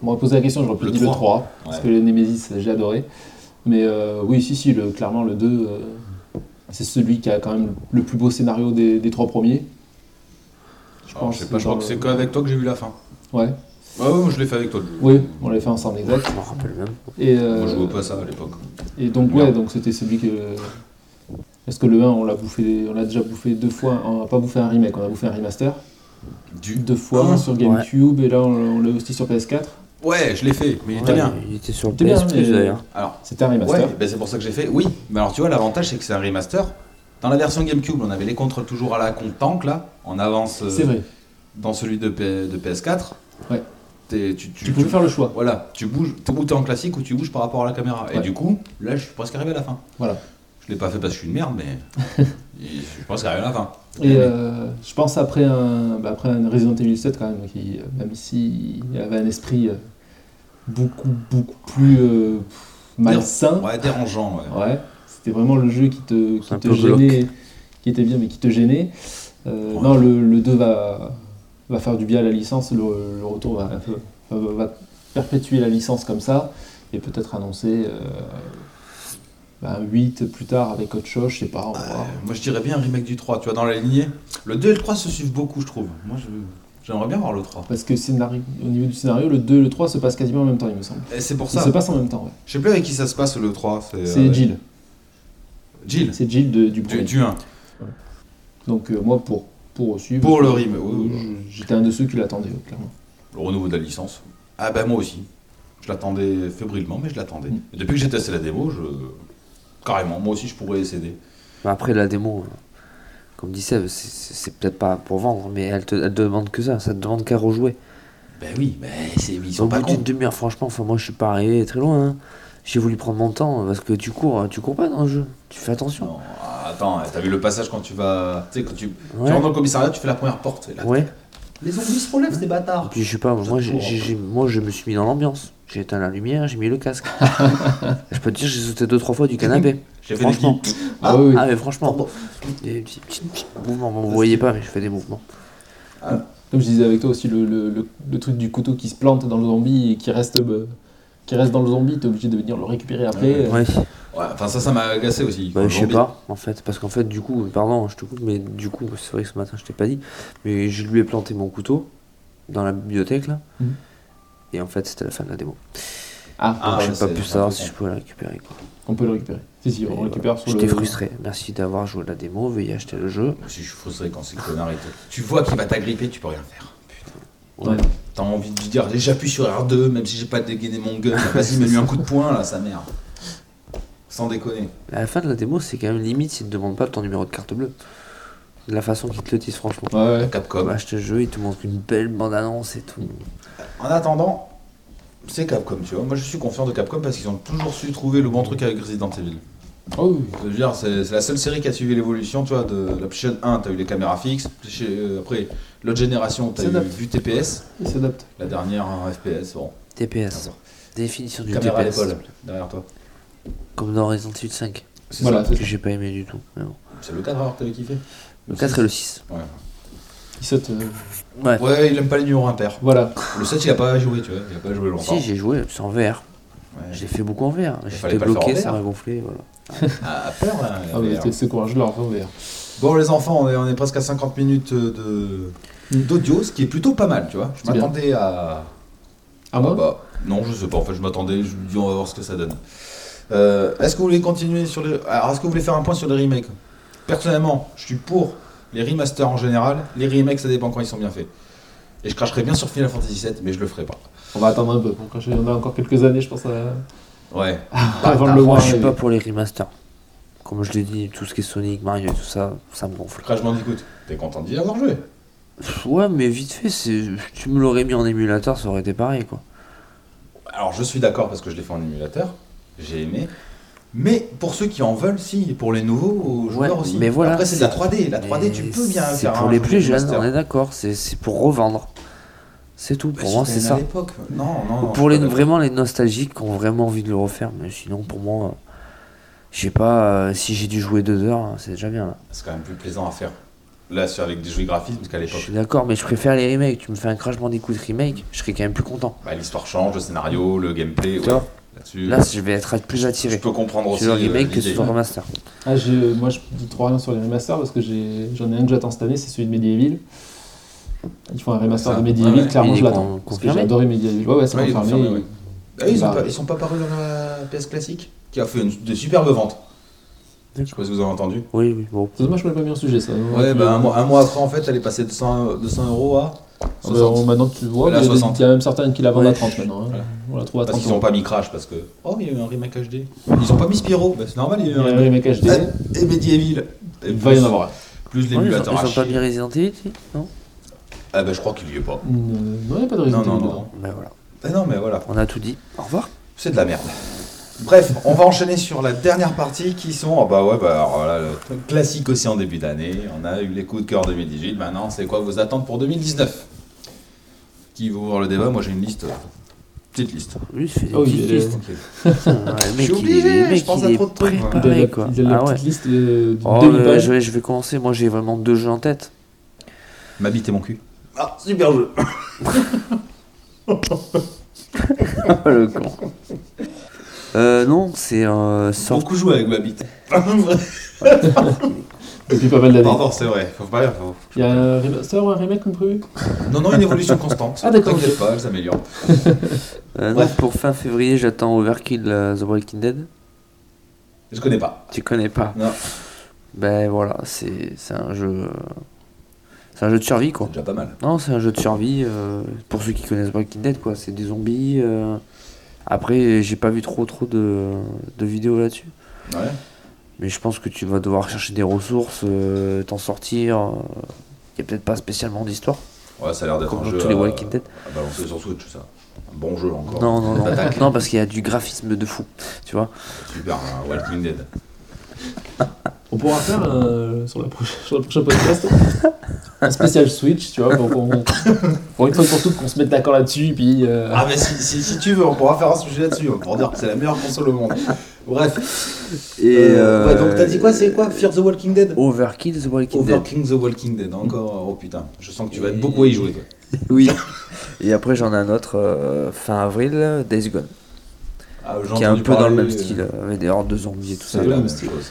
C: on m'a posé la question, j'aurais pu
B: Le
C: dire le
B: 3.
C: 3. Parce
B: Ouais.
C: que le Nemesis, j'ai adoré. Mais euh, oui, si, si, le, clairement, le 2, euh, c'est celui qui a quand même le plus beau scénario des, des trois premiers. Je
B: Alors, Ah, je sais pas, je
C: dans
B: crois que c'est
C: le-
B: qu'avec toi que j'ai vu la fin.
C: Ouais,
B: Ouais, ouais, moi je l'ai fait avec toi. le jeu.
C: oui, on l'avait fait ensemble,
D: Je
C: exact.
D: me rappelle même.
C: Et,
B: Moi je
C: euh,
B: jouais pas à ça à l'époque.
C: Et donc
B: Merde.
C: ouais, donc c'était celui que. Parce que le 1, on l'a bouffé, on l'a déjà bouffé deux fois. On n'a pas bouffé un remake, on a bouffé un remaster
B: Du...
C: deux fois
B: Ah,
C: sur GameCube et là on, l'a- on l'a aussi sur PS4.
B: Ouais, je l'ai fait, mais il était
D: Ouais,
B: bien.
D: Il était sur le
C: Il était bien,
D: PS Plus
C: mais-
D: d'ailleurs.
B: Alors,
C: C'était un
B: ouais,
C: remaster.
B: ben, c'est pour ça que j'ai fait. Oui, mais alors tu vois, l'avantage c'est que c'est un remaster. Dans la version GameCube, on avait les contres toujours à la contank là. On avance euh,
C: C'est vrai.
B: dans celui de, P- de PS4.
C: Ouais.
B: t'es- Tu, tu,
C: Tu pouvais
B: tu-
C: faire le choix.
B: Voilà, tu bouges, t'es- ou t'es en classique ou tu bouges par rapport à la caméra. Et
C: Ouais.
B: du coup, là, je suis presque arrivé à la fin.
C: Voilà.
B: Je l'ai pas fait parce que je suis une merde, mais je suis presque arrivé à la fin.
C: Et euh, je pense après un, bah, après un Resident Evil 7 quand même, qui euh, même si il avait un esprit euh, beaucoup beaucoup plus euh, pff, malsain.
B: Ouais, dérangeant. Ouais.
C: Ouais, c'était vraiment le jeu qui te,
D: C'est un
C: qui te
D: peu
C: gênait, qui était bien, mais qui te gênait. Euh,
B: Ouais.
C: Non, le, le 2 va, va faire du bien à la licence, le, le retour va, un peu- va- va perpétuer la licence comme ça, et peut-être annoncer euh, bah, un 8 plus tard avec autre chose, je sais pas, on va voir.
B: Moi, je dirais bien un remake du 3, tu vois, dans la lignée. Le 2 et le 3 se suivent beaucoup, je trouve. Moi, je. J'aimerais bien voir le 3.
C: Parce que scénario, au niveau du scénario, le 2 et le 3 se passent quasiment en même temps, il me semble.
B: Et c'est pour
C: Ils
B: ça.
C: se passent en même temps, ouais.
B: Je sais plus avec qui ça se passe le 3. C'est
C: C'est
B: euh,
C: Jill.
B: Jill.
C: C'est Jill de- du
B: Du,
C: premier.
B: du 1.
C: Donc euh, moi, pour, pour suivre...
B: Pour le rime, oui, oui.
C: je- J'étais un de ceux qui l'attendaient, ouais, clairement.
B: Le renouveau de la licence. Ah bah moi aussi. Je l'attendais fébrilement, mais je l'attendais.
C: Mm.
B: Et Depuis que j'ai testé la démo, je... Carrément, moi aussi je pourrais essayer.
D: Bah, après, la démo, euh, comme dit Seb, c'est- c'est c'est peut-être pas pour vendre, mais elle te, elle te demande que ça, ça te demande qu'à rejouer.
B: Ben oui, mais c'est- ils
D: Au
B: sont pas
D: bout d'une
B: cons.
D: demi-heure, franchement, enfin, moi je suis pas arrivé très loin. hein. J'ai voulu prendre mon temps parce que tu cours, hein, tu cours pas dans le jeu, tu fais attention.
B: Non, attends, t'as vu le passage quand tu vas... Tu sais, quand tu,
D: Ouais.
B: tu rentres dans le commissariat, tu fais la première porte. et là,
D: Ouais.
B: Les zombies se relèvent, ces
D: Et
B: bâtards
D: puis je sais pas, moi, j'ai-
B: cours,
D: j'ai- j'ai- moi je me suis mis dans l'ambiance. J'ai éteint la lumière, j'ai mis le casque. je peux te dire, j'ai sauté deux trois fois du canapé.
B: J'ai fait des
D: Franchement.
B: clics.
C: Ah, oui, oui.
D: Ah mais franchement,
B: Pardon.
D: il y a des petits, petits- petits mouvements. Bon, vous voyez pas, mais je fais des mouvements.
C: Comme je disais avec toi aussi, le, le- le- le truc du couteau qui se plante dans le zombie et qui reste, euh, qui reste dans le zombie, t'es obligé de venir le récupérer après. euh.
D: Ouais.
B: Ouais, enfin ça, ça m'a agacé aussi.
D: Bah,
B: quand le
D: je sais
B: zombie-
D: pas, en fait, parce qu'en fait, du coup, pardon, je te coupe, mais du coup, c'est vrai que ce matin, je t'ai pas dit, mais je lui ai planté mon couteau dans la bibliothèque là,
C: Mhm.
D: et en fait, c'était la fin de la démo.
C: Ah,
B: Ah,
D: Donc, j'ai
B: ouais,
D: pas
B: c'est
D: pu
B: un
D: savoir
B: peu
D: si
B: con.
D: je pouvais la récupérer. quoi.
C: on peut le récupérer. Si, si,
D: Mais
C: on
D: voilà.
C: récupère sur
D: J'étais
C: le...
D: frustré. Merci d'avoir joué à la démo. Veuillez acheter le jeu.
B: Moi aussi, je suis frustré quand c'est connard et tout. Tu vois qu'il va t'agripper, tu peux rien faire.
C: Ouais.
B: T'as envie de lui dire, j'appuie sur R2, même si j'ai pas dégainé mon gun, vas-y, mets-lui un coup de poing là, sa mère. Sans déconner.
D: À la fin de la démo, c'est quand même limite s'il ne te demande pas ton numéro de carte bleue. De la façon qu'ils te le disent, franchement.
C: Ouais, ouais.
B: Capcom.
D: Comme acheter le jeu, ils te montrent une belle bande-annonce et tout.
B: En attendant, c'est Capcom, tu vois. Moi, je suis confiant de Capcom parce qu'ils ont toujours su trouver le bon truc avec Resident Evil.
C: Oh, oui.
B: Je veux dire, c'est c'est la seule série qui a suivi l'évolution, tu vois, de la PlayStation 1, t'as eu les caméras fixes. Chez- euh, après, l'autre génération, t'as
C: C'est
B: eu
C: adapté.
B: vu TPS.
C: il s'adapte.
B: La dernière, un FPS, bon.
D: TPS. Définition du
B: Caméra à
D: TPS.
B: l'épaule, derrière toi.
D: Comme dans Resident Evil 5,
B: C'est
C: Voilà,
B: ça.
C: c'est
D: que
C: ça.
D: j'ai pas aimé du tout. mais bon.
B: C'est le 4 alors que t'avais kiffé
D: Le 4 et le 6.
C: Il saute. euh,
D: Ouais.
B: Ouais, il aime pas les numéros impairs.
C: Voilà. Ah,
B: Le 7, il a pas joué, tu vois. Il a pas joué longtemps.
D: Si, j'ai joué, c'est en VR.
B: Ouais.
D: J'ai fait beaucoup en VR.
B: fallait
D: J'étais
B: pas le
D: bloqué,
B: faire en
D: ça
B: VR.
D: m'a gonflé. Voilà.
B: Ah, peur, hein,
C: Ah, mais
B: VR.
C: c'est- c'est courageux leur verre.
B: Bon, les enfants, on est, on est presque à 50 minutes euh, de d'audio, ce qui est plutôt pas mal, tu vois. Je
C: C'est bien.
B: m'attendais à.
C: Ah, moi
B: bah, non, je sais pas. En fait, je m'attendais, je me dis, on va voir ce que ça donne. Euh, est-ce que vous voulez continuer sur les. Alors, est-ce que vous voulez faire un point sur les remakes Personnellement, je suis pour les remasters en général. Les remakes, ça dépend quand ils sont bien faits. Et je cracherais bien sur Final Fantasy VII, mais je le ferai pas.
C: On va attendre un peu pour cracher. On a encore quelques années, je pense, à...
B: Ouais.
C: avant de
B: t'as-
C: le
D: Ah, bah, Moi,
C: voir.
D: je suis
C: arriver.
D: pas pour les remasters. Comme je l'ai dit, tout ce qui est Sonic, Mario et tout ça, ça me gonfle.
B: Crash Bandicoot, t'es content d'y avoir joué
D: Pff, Ouais, mais vite fait, c'est... tu me l'aurais mis en émulateur, ça aurait été pareil, quoi.
B: Alors je suis d'accord parce que je l'ai fait en émulateur, j'ai aimé. Mais pour ceux qui en veulent, si, et pour les nouveaux aux
D: Ouais,
B: joueurs aussi.
D: mais voilà,
B: Après c'est de la
D: c'est-
B: 3D, la 3D
D: Mais
B: tu peux bien
D: C'est
B: faire
D: pour
B: un
D: les
B: jeu
D: plus jeunes,
B: remaster.
D: on est d'accord. C'est, c'est pour revendre. C'est tout,
B: Bah,
D: pour
B: si
D: moi,
B: t'as
D: c'est
B: aimé
D: ça.
B: à l'époque. Non, non, non, je
D: pour les,
B: suis pas d'accord.
D: vraiment les nostalgiques qui ont vraiment envie de le refaire. Mais sinon, pour moi, euh, je sais pas, euh, si j'ai dû jouer deux heures, hein, c'est déjà bien, là.
B: C'est quand même plus plaisant à faire. Là c'est avec des jolis graphismes qu'à
D: Je
B: l'époque.
D: suis d'accord, mais je préfère les remakes. Tu me fais un Crash Bandicoot remake, je serais quand même plus content.
B: Bah, L'histoire change, le scénario, le gameplay, ouais.
D: Tu vois
B: là-dessus.
D: Là, je vais être plus
B: je
D: attiré.
B: peux comprendre
D: Tu
B: aussi.
D: veux un
B: euh,
D: remake que
B: l'idée.
D: ce soit un remaster.
C: Ah, je- moi, je dis trop rien sur les remasters parce que j'ai- j'en ai, un que j'attends cette année, c'est celui de Medieval. Ils font un remaster
B: Ça,
C: de Medieval,
B: ouais, ouais.
C: clairement,
D: Il est
C: je l'attends.
D: con-
C: Parce que
D: confirmé
C: j'ai adoré Medieval. Ouais, ouais, c'est
B: Ouais, il est
C: confirmé.
B: confirmé, ouais. Ah, ils,
C: Il
B: sont
C: va-
B: pas, ils sont pas parus dans la PS classique Qui a fait une- des superbes ventes. Je sais pas si vous avez entendu.
D: Oui, oui, bon.
C: C'est dommage, je ne pas mis en sujet, ça.
B: Ouais, bah, un, mois, un mois après, en fait, elle est passée de 100, de 100 euros à
C: Ah, bah,
B: 60.
C: on- maintenant, tu vois,
B: Elle
C: il
B: est à
C: y, a des-
B: 60.
C: il y a même certaines qui la vendent
D: Ouais.
C: à 30 maintenant. hein.
B: Voilà.
C: On la trouve à
B: Parce
C: 30
B: qu'ils ont
C: euros.
B: pas mis Crash, parce que. Oh, il y a eu un remake HD. Ils ont pas mis Spyro. Bah, c'est normal, il y a eu Bah,
C: Il y
B: un
C: a un
B: remake. Ah,
C: remake HD,
B: Et Medieval. Et
C: il va y en avoir.
B: Plus
D: Ouais, ils ont,
B: l'émulateur
D: ils
B: à
D: ont pas
B: chier.
D: mis Resident Evil, si Non
B: Ah, bah, je crois qu'il y est pas.
C: Euh, Non, il n'y a pas de
B: Non,
C: Resident
B: non,
C: Evil
B: non.
C: dedans.
D: Ben voilà,
B: Ah non, mais voilà.
D: on a tout dit. Au revoir.
B: C'est de la merde. Bref, on va enchaîner sur la dernière partie qui sont. ah bah ouais, bah alors là, le truc classique aussi en début d'année. On a eu les coups de cœur 2018. Maintenant, c'est quoi vos attentes pour 2019 Qui veut ouvrir le débat Moi, j'ai une liste. Petite liste.
D: Lui, il se fait des
C: Oh, il
D: petites
C: est-
D: listes. Putain, ouais, le mec,
B: suis
D: il est-
B: obligé,
D: le mec,
B: je pense
D: il
B: à
D: est
B: trop de trucs, moi.
C: Il a la-
D: préparé, quoi.
C: il a la
D: Ah ouais.
C: petite liste euh, d'une
D: Oh, euh,
C: demi-page.
D: je, vais, je vais commencer. Moi, j'ai vraiment deux jeux en tête.
B: Ma bite et mon cul. Ah, super jeu Ah,
D: le con. Euh, non, c'est euh, sort-
B: Ah, Beaucoup joué avec ma bite.
C: depuis pas mal d'années.
B: Pardon, c'est vrai. Faut pas faut-
C: Il y a un remaster ou un remake comme prévu
B: Non, non, une évolution constante.
C: Ah, d'accord,
B: T'inquiète pas, elle s'améliore.
D: Euh, non,
B: Bref.
D: pour fin février, j'attends Overkill euh, The Walking Dead.
B: Je connais pas.
D: Tu connais pas
B: Non.
D: Ben voilà, c'est c'est un jeu. C'est un jeu de survie quoi.
B: C'est déjà pas mal.
D: Non, c'est un jeu de survie. euh, pour ceux qui connaissent Walking Dead, quoi, c'est des zombies. euh. Après, j'ai pas vu trop trop de, de vidéos là-dessus.
B: Ouais.
D: Mais je pense que tu vas devoir chercher des ressources, euh, t'en sortir. Il y a peut-être pas spécialement d'histoire,
B: Ouais, ça a l'air d'être
D: comme
B: Bah, un
D: dans
B: jeu
D: tous les
B: à-
D: Walking Dead.
B: à balancer sur Switch, ça. Un bon jeu encore.
D: Non, non, non,
B: T'attaques.
D: non, parce qu'il y a du graphisme de fou, tu vois.
B: Super, un Walking Dead.
C: On pourra faire un- sur, la prochaine, sur le prochain podcast un spécial Switch, tu vois, pour, qu'on- pour une fois pour toutes qu'on se mette d'accord là-dessus. Puis euh,
B: Ah, mais si, si, si tu veux, on pourra faire un sujet là-dessus. On pourra dire que c'est la meilleure console au monde. Bref.
D: Et
B: Euh, ouais, donc t'as dit quoi C'est quoi Fear the Walking Dead
D: Overkill The Walking Dead.
B: Overking the Walking Dead, encore. Oh putain, je sens que tu vas être beaucoup à y jouer. toi.
D: Oui. Et après, j'en ai un autre euh, fin avril, Days Gone,
B: Ah, j'ai
D: qui est un
B: entendu
D: peu dans
B: parler,
D: le même style,
B: euh,
D: avec des hordes de zombies et tout
B: C'est
D: ça.
B: la même
C: style.
B: chose.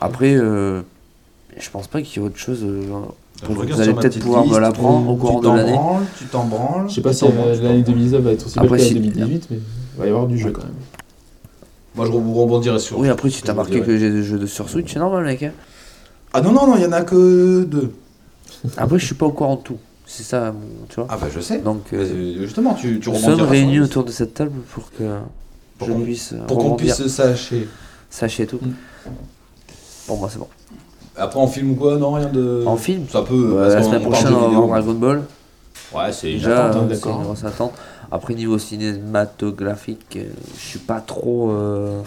D: Après, euh, je pense pas qu'il y ait autre chose. euh,
B: Je
D: vous
B: regarde
D: allez
B: sur ma
D: peut-être
B: petite
D: pouvoir me
B: liste,
D: l'apprendre au
B: tu
D: cours de
B: t'en
D: l'année.
B: branles, Tu t'en branles.
C: je sais pas
B: tu
C: si
B: t'en
C: euh,
B: branles, tu t'en
C: l'année
B: branles.
C: 2019 va être aussi
D: Après,
C: belle que
D: si-
C: la 2018, mais il va y avoir du jeu quand même.
B: Moi, je rebondirai sur.
D: Oui, après, tu
B: je
D: t'as marqué
B: rebondirai.
D: que j'ai des jeux de sur Switch, c'est normal, mec. hein.
B: Ah non, non, non, il y en a que deux.
D: Après, je suis pas au courant de tout. C'est ça, mon- tu vois.
B: Ah bah, je sais.
D: Donc, euh,
B: Euh, Justement, tu, tu
D: nous
B: rebondiras.
D: sommes
B: sur-
D: réunis autour de cette table pour que
B: Pour
D: je
B: qu'on-
D: puisse euh,
B: Pour qu'on
D: rebondir.
B: puisse Hmm. sacher.
D: Sachez tout.
C: Mm.
D: Pour moi, c'est bon.
B: Après, en film ou quoi Non, rien de.
D: En film,
B: Ça peut.
D: euh,
B: parce
D: la
B: qu'on
D: semaine
B: bah, parle de
D: prochaine, on va
B: vidéo.
D: voir Dragon Ball.
B: Ouais, c'est une
D: Déjà,
B: attente, hein.
C: hein,
D: euh, c'est
C: d'accord.
D: une grosse attente. Après, niveau cinématographique, euh, je suis pas trop euh,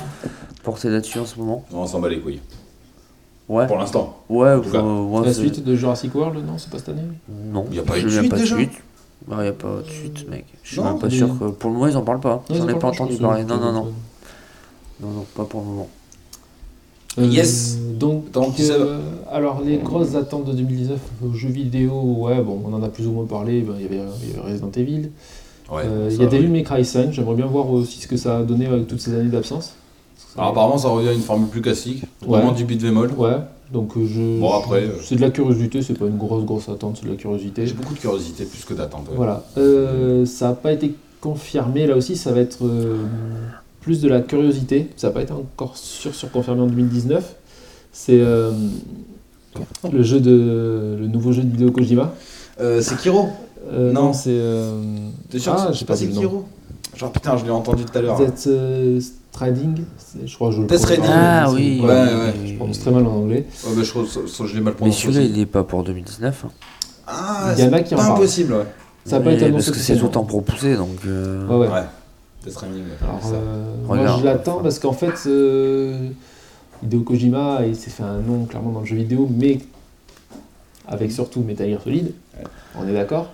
D: porté là-dessus en ce moment.
B: On s'en bat les couilles.
D: Ouais,
B: Pour l'instant.
D: ouais,
B: tout cas,
D: euh, moi,
C: La
D: c'est-
C: suite de Jurassic World, non, c'est pas cette année
D: Non,
B: Y a pas eu de
D: il y a
B: suite,
D: pas
B: déjà
D: suite. Bah, y a pas de suite, mec. Je suis
B: Non,
D: même pas
C: mais-
D: sûr que. Pour le moment, ils en parlent pas.
C: ils
D: J'en
C: en
D: ai
C: parlent
D: pas
C: je
D: entendu
C: pense,
D: parler.
C: euh,
D: Non, non, non. Non, non, pas pour le moment.
C: Euh,
B: Yes.
C: Donc,
B: Donc,
C: euh,
B: ça va.
C: alors les grosses attentes de 2019 aux jeux vidéo, ouais, bon, on en a plus ou moins parlé, ben, il y avait- il y avait Resident Evil.
B: Ouais.
C: Euh,
B: ça
C: Il y a
B: va.
C: Devil May Cry 5, j'aimerais bien voir aussi ce que ça a donné avec toutes ces années d'absence.
B: Alors,
D: Ah, bah.
B: apparemment, ça revient à une formule plus classique.
C: Ouais.
B: Vraiment du beat bémol.
C: Ouais, donc euh, je.
B: Bon, après, euh.
C: C'est de la curiosité, c'est pas une grosse, grosse attente, c'est de la curiosité.
B: J'ai beaucoup de curiosité plus que d'attente. ouais.
C: Voilà. Euh, ça n'a pas été confirmé, là aussi, ça va être euh, plus de la curiosité. Ça n'a pas été encore sûr, sur confirmé en 2019. C'est euh, le jeu de. le nouveau jeu de vidéo Kojima.
B: Euh, c'est Kiro
C: Euh,
B: Non.
C: c'est. euh,
B: T'es sûr
C: ah,
B: que
C: je sais
B: c'est
C: pas
B: pas
C: si
B: c'est Kiro Genre, putain, je l'ai entendu tout à l'heure. hein.
C: Death euh, Stranding, c'est- je crois que je le
B: Death
C: prononce-
B: Stranding.
D: Ah
C: c'est-
D: oui,
B: Ouais, ouais,
C: Je prononce très mal en anglais.
B: Ouais, mais je trouve ça- ça, je l'ai mal
D: Mais
B: prononcé.
D: celui-là,
B: aussi.
D: il est pas pour 2019. hein.
B: Ah,
C: Il y en a
B: c'est
C: qui en
B: pas
C: parlent.
B: impossible, ouais.
C: Ça n'a pas
D: Mais
C: été annoncé.
D: Parce que c'est tout le
C: officiellement.
D: temps repoussé, donc. euh,
C: Ouais, ouais.
B: Ouais. Death Stranding, ouais,
C: Alors,
B: ça.
C: euh, moi,
D: Regarde.
C: je l'attends parce qu'en fait, euh, Hideo Kojima, il s'est fait un nom clairement dans le jeu vidéo, mais
B: Mm.
C: avec surtout Metal Gear Solid, on est d'accord.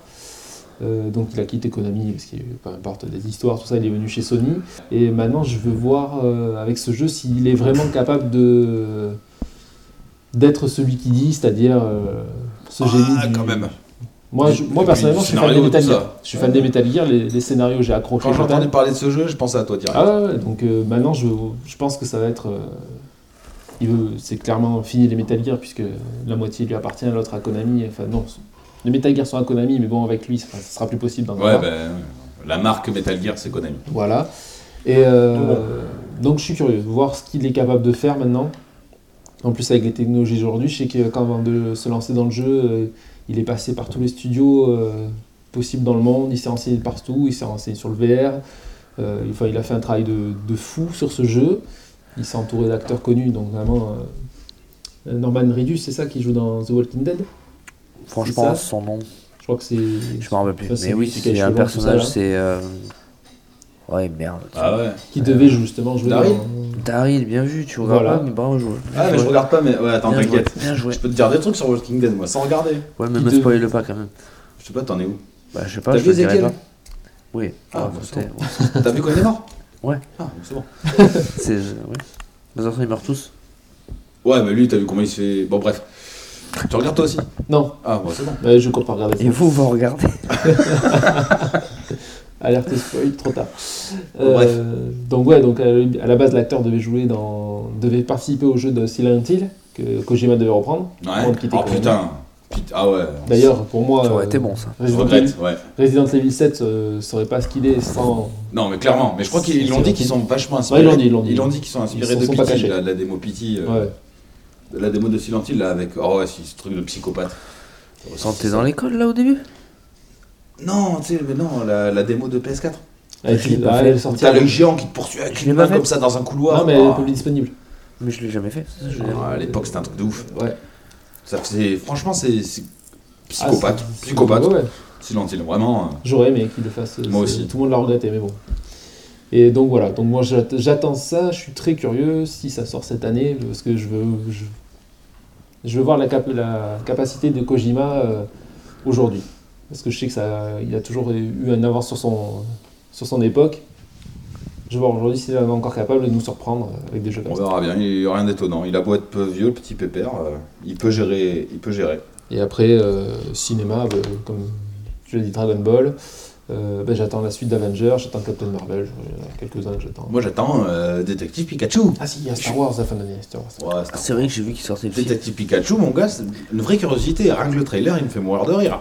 C: Euh, donc il a quitté Konami parce qu'il peu importe des histoires, tout ça, il est venu chez Sony. Et maintenant, je veux voir euh, avec ce jeu s'il est vraiment capable de d'être celui qui dit, c'est-à-dire euh, ce génie.
B: Ah,
C: du-
B: quand même.
C: Moi, je-
B: Et
C: moi
B: puis,
C: personnellement,
B: du
C: je suis fan des
B: scénario,
C: Metal
B: tout
C: Gear.
B: ça.
C: Je suis fan des Metal Gear, les, les scénarios, j'ai accroché.
B: Quand
C: total.
B: j'entendais parler de ce jeu, je pensais à toi direct.
C: Ah ouais, ouais, donc euh, maintenant je, je pense que ça va être. euh, il veut, c'est clairement fini les Metal Gear puisque la moitié lui appartient, l'autre à Konami. Enfin non, les Metal Gear sont à Konami, mais bon avec lui, ça, ça sera plus possible. Dans le
B: Ouais,
C: temps.
B: ben. La marque Metal Gear, c'est Konami.
C: Voilà. Et euh, donc je suis curieux de voir ce qu'il est capable de faire maintenant. En plus avec les technologies aujourd'hui, je sais que euh, quand avant de se lancer dans le jeu, euh, il est passé par tous les studios euh, possibles dans le monde. Il s'est renseigné de partout. Il s'est renseigné sur le VR. Euh, enfin, il a fait un travail de, de fou sur ce jeu. Il s'est entouré d'acteurs connus, donc vraiment. euh, Norman Reedus, c'est ça qui joue dans The Walking Dead.
D: Franchement,
C: ça
D: son nom,
C: Je crois que c'est.
D: je m'en rappelle plus.
C: Ça, c'est
D: Mais
C: lui
D: oui,
C: qui cache
D: c'est
C: le
D: un
C: vent, tout ça,
D: personnage,
C: là.
D: c'est. euh, Ouais, merde.
B: Ah ouais.
C: Qui devait justement jouer
B: Daryl
C: dans-
D: Daryl, bien vu, tu regardes
C: Voilà.
D: pas, mais bravo, joué.
B: Ah, mais je regarde pas, mais. Ouais, attends,
D: Bien joué,
B: t'inquiète.
D: bien joué.
B: Je peux te dire des trucs sur Walking Dead, moi, sans regarder.
D: Ouais, mais
C: Il
D: me
C: devait-
D: spoil pas quand même.
B: Je sais pas, t'en es où
D: Bah, je sais
B: T'as
D: pas, je
B: vu
D: te dirai
B: Ezekiel
D: pas. Oui,
B: Ah,
D: Ah,
B: bon
D: c'était-
B: sang. T'as vu qu'on est mort
D: Ouais.
B: Ah, c'est bon.
D: c'est. euh, Oui. Les autres, ils meurent tous.
B: Ouais, mais lui, t'as vu comment il se fait. Bon, bref. Tu regardes toi aussi
C: Non,
B: Ah, bon, c'est bon.
C: euh, je compte pas regarder ça.
D: Et vous, vous regardez.
C: Alerte spoil, trop tard.
B: Bon, bref.
C: Euh, donc ouais, donc à, à la base l'acteur devait jouer dans, devait participer au jeu de Silent Hill, que Kojima devait reprendre. avant de quitter
B: Oh
C: Konami.
B: putain. Putain, Ah ouais.
C: D'ailleurs, pour moi,
D: Ça aurait été
C: euh,
D: bon ça.
B: Je
C: Resident, Evil,
B: regrette, ouais.
C: Resident Evil 7 ne serait pas ce qu'il est sans.
B: Non, mais clairement. Mais je crois qu'ils l'ont dit qu'ils sont vachement inspirés.
C: Ouais, ils l'ont dit, ils l'ont dit.
B: qu'ils sont inspirés
C: Ils
B: de
C: sont pas
B: Pity,
C: cachés.
B: la, la démo Pity, euh,
C: Ouais.
B: la démo de Silent Hill là avec. Oh ouais, si, ce truc de psychopathe.
D: Quand t'es dans l'école là au début
B: Non, tu sais, mais non, la, la démo de PS4.
C: Avec
D: Je l'ai pas
C: ah,
D: fait.
C: elle est sortie
B: T'as le
C: avant.
B: géant qui te poursuit avec
D: Je
B: une
D: l'ai pas
B: main
D: fait.
B: comme ça dans un couloir.
C: Non, mais elle est
B: Oh.
C: publique disponible.
D: Mais je l'ai jamais fait. ça, je l'ai-
B: Ah, à l'époque, c'était un truc de ouf.
C: Ouais.
B: Ça faisait, franchement, c'est c'est
C: Ah,
B: psychopathe.
C: c'est-
B: psychopathe.
C: Ouais, ouais.
B: Silent Hill, vraiment. euh,
C: J'aurais aimé qu'il le fasse.
B: Moi
C: c'est-
B: aussi.
C: Tout le monde l'a regretté, mais bon. Et donc voilà, donc moi j'att- j'attends ça, je suis très curieux si ça sort cette année, parce que je veux, je, je veux voir la, cap- la capacité de Kojima euh, aujourd'hui. Parce que je sais que ça, il a toujours eu un avance sur son, sur son époque. Je veux voir aujourd'hui s'il est encore capable de nous surprendre avec des jeux comme
B: On
C: ça.
B: verra bien, il n'y a rien d'étonnant. Il a beau être peu vieux, le petit pépère, euh, il peut gérer. Il peut gérer.
C: Et après, euh, cinéma, bah, comme tu l'as dit, Dragon Ball. Euh, bah, j'attends la suite d'Avengers, j'attends Captain Marvel, il y en a quelques-uns que j'attends.
B: Moi, j'attends euh, Détective Pikachu.
C: Ah si, il y a Star Wars à la fin d'année. Star Wars.
B: Ouais, c'est-
D: Ah, C'est vrai que j'ai vu qu'il sortait le film.
B: Détective Pikachu, mon gars, c'est une vraie curiosité. Rien que le trailer, il me fait mourir de rire.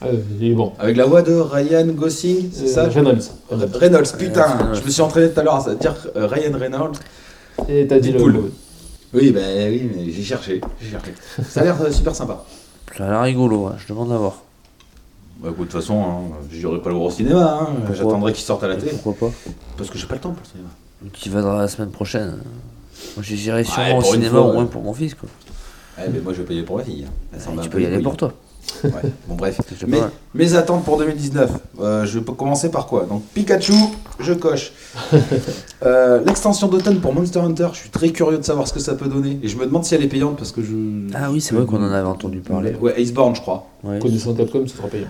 C: Ah, euh, il est bon.
B: Avec la voix de Ryan Gosling, c'est
C: Euh,
B: ça
C: Reynolds.
B: Re- Reynolds, putain,
D: Reynolds.
B: je me suis entraîné tout à l'heure à dire euh, Ryan Reynolds.
C: Et t'as dit le.
B: Deadpool. Oui, bah oui, mais j'ai cherché, j'ai cherché. Ça a l'air euh, super sympa.
D: Ça a l'air rigolo, ouais, je demande à voir.
B: Bah écoute, de toute façon, hein, j'irai pas le voir au cinéma, hein.
D: Pourquoi
B: j'attendrai qu'il sorte à la
D: Et
B: télé.
D: pourquoi pas
B: Parce que j'ai pas le temps pour le cinéma.
D: Tu vas dans la semaine prochaine. Moi j'irai sûrement
B: Ouais,
D: au
B: pour une
D: cinéma
B: fois,
D: au moins
B: ouais.
D: pour mon fils quoi.
B: Eh mais moi je vais payer pour ma fille. hein. Elle s'en bat
D: Ah, tu
B: un peu
D: peux y
B: les
D: aller
B: couilles.
D: pour toi.
B: Ouais, bon bref.
D: C'est déjà
B: Mais-
D: pas mal.
B: Mes attentes pour 2019. Euh, je peux commencer par quoi Donc Pikachu, je coche. Euh, L'extension d'automne pour Monster Hunter, je suis très curieux de savoir ce que ça peut donner. Et je me demande si elle est payante parce que je...
D: Ah oui, c'est vrai qu'on en avait entendu parler.
B: Ouais, Iceborne je crois.
D: Ouais.
C: Connaissant Capcom, ce sera payant.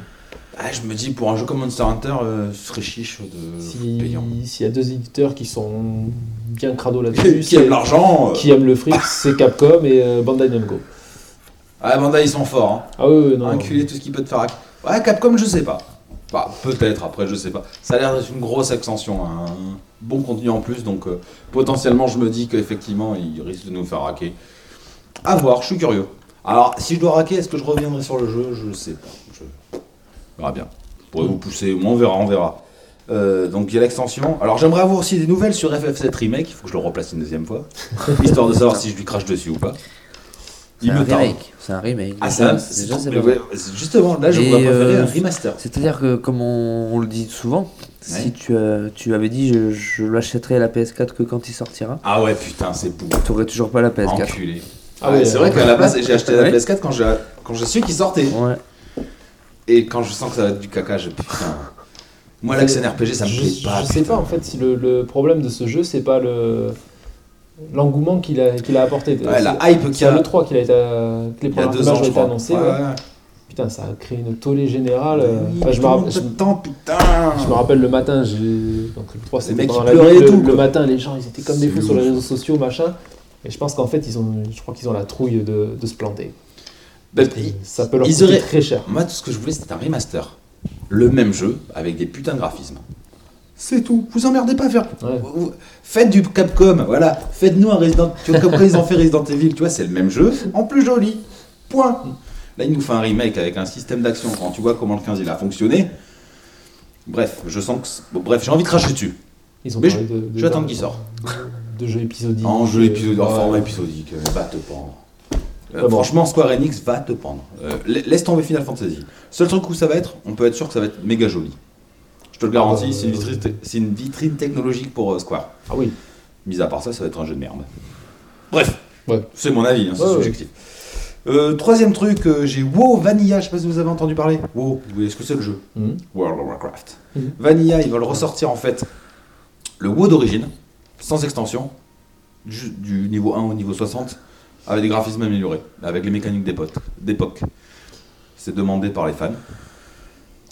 B: Ah, je me dis, pour un jeu comme Monster Hunter, euh, ce serait chiche de
C: Si-
B: payant.
C: S'il y a deux éditeurs qui sont bien crado là-dessus,
B: Qui aiment
C: c'est-
B: l'argent euh.
C: qui aiment le fric, c'est Capcom et euh, Bandai Namco.
B: Ah, Bandai, ils sont forts. hein.
C: Ah oui, oui, non.
B: Enculer tout ce qui peut te faire hack. Ouais, Capcom, je sais pas. Bah, peut-être, après, je sais pas. Ça a l'air d'être une grosse extension, hein. un bon contenu en plus, donc euh, potentiellement, je me dis qu'effectivement, ils risquent de nous faire hacker. À voir, je suis curieux. Alors, si je dois hacker, est-ce que je reviendrai sur le jeu Je sais pas. Je... On verra bien. Je pourrais vous pousser, mais on verra, on verra. Euh, donc il y a l'extension. Alors j'aimerais avoir aussi des nouvelles sur FF7 Remake. Il faut que je le replace une deuxième fois. Histoire de savoir si je lui crache dessus ou pas.
D: C'est un
B: tarde.
D: remake. C'est un remake.
B: Ah ça,
D: Déjà, c'est
B: c'est
D: déjà, c'est
B: mais
D: pas mal.
B: ouais, c'est- justement là je
D: Et,
B: pourrais préférer
D: euh,
B: un remaster.
D: C'est-à-dire que, comme on, on le dit souvent, si tu, euh, tu avais dit je, je l'achèterai à la PS4 que quand il sortira,
B: Ah ouais putain c'est pour
D: t'aurais toujours pas la PS4.
B: enculé.
C: Ah
B: Ouais,
C: ouais,
B: c'est
C: euh,
B: vrai qu'à la place j'ai acheté la
D: Ouais.
B: PS4 quand j'ai quand j'ai su qu'il sortait
D: Ouais.
B: et quand je sens que ça va être du caca je putain. Moi l'action RPG ça me
C: je,
B: plaît Euh, pas.
C: je sais
B: putain.
C: pas en fait si le, le problème de ce jeu, c'est pas le l'engouement qu'il a, qu'il a apporté.
B: Ouais,
C: C'est-
B: la hype
C: c'est
B: qu'il y
C: à
B: a il
C: l'E3 qu'il a été. euh, que les
B: y a
C: premières
B: deux ans
C: images ont
B: je
C: été
B: crois.
C: annoncées.
B: Ouais,
C: ouais.
B: ouais.
C: Putain, ça a créé une tollée générale. euh,
B: Oui,
C: enfin, je me
B: tout Ah, le
C: rappelle-
B: monde
C: je-
B: fait tant, putain.
C: Je me rappelle le matin, j'ai. Donc le 3
B: Les mecs,
C: c'était pendant
B: ils
C: la
B: pleuraient
C: nuit,
B: et
C: le,
B: tout,
C: le
B: quoi.
C: matin les gens ils étaient comme des
B: C'est
C: fous sur
B: ouf.
C: les réseaux sociaux, machin. Et je pense qu'en fait ils ont. Je crois qu'ils ont la trouille de, de se planter.
B: Ben,
C: Et
B: ils-
C: ça peut leur
B: ils
C: coûter
B: auraient-
C: très cher.
B: Moi tout ce que je voulais c'était un remaster. Le même jeu avec des putains de graphismes. C'est tout, vous emmerdez pas à faire
C: Ouais.
B: Vous- vous- Faites du Capcom, voilà. Faites-nous un Resident Tu vois, comme quand ils ont fait Resident Evil, tu vois, c'est le même jeu, en plus joli. Point. Là, il nous fait un remake avec un système d'action. Quand tu vois comment le 15 il a fonctionné. Bref, je sens que. c'est- bon, bref, j'ai envie de cracher dessus.
C: Ils ont
B: Mais
C: parlé de, de-
B: je vais attendre qu'il sorte.
C: De jeux épisodiques.
B: En jeu
C: euh,
B: épisodique, en
C: ouais.
B: format épisodique, euh, va te pendre. Euh,
C: Ah bon.
B: Franchement, Square Enix va te pendre. Euh, la- laisse tomber Final Fantasy. Seul truc où ça va être, on peut être sûr que ça va être méga joli. Je te le garantis,
C: Ah,
B: c'est une
C: euh,
B: vitrine, c'est une vitrine technologique pour euh, Square.
C: Ah oui.
B: Mis à part ça, ça va être un jeu de merde. Bref,
C: Ouais.
B: c'est mon avis, hein, c'est
C: Ouais, ouais.
B: subjectif. Euh, troisième truc, euh, j'ai WoW Vanilla, je sais pas si vous avez entendu parler. WoW, vous voyez ce que c'est le jeu
C: Mhm.
B: World of Warcraft.
C: Mhm.
B: Vanilla, ils veulent ressortir en fait le WoW d'origine, sans extension, du, du niveau 1 au niveau 60, avec des graphismes améliorés, avec les mécaniques d'époque- d'époque. C'est demandé par les fans.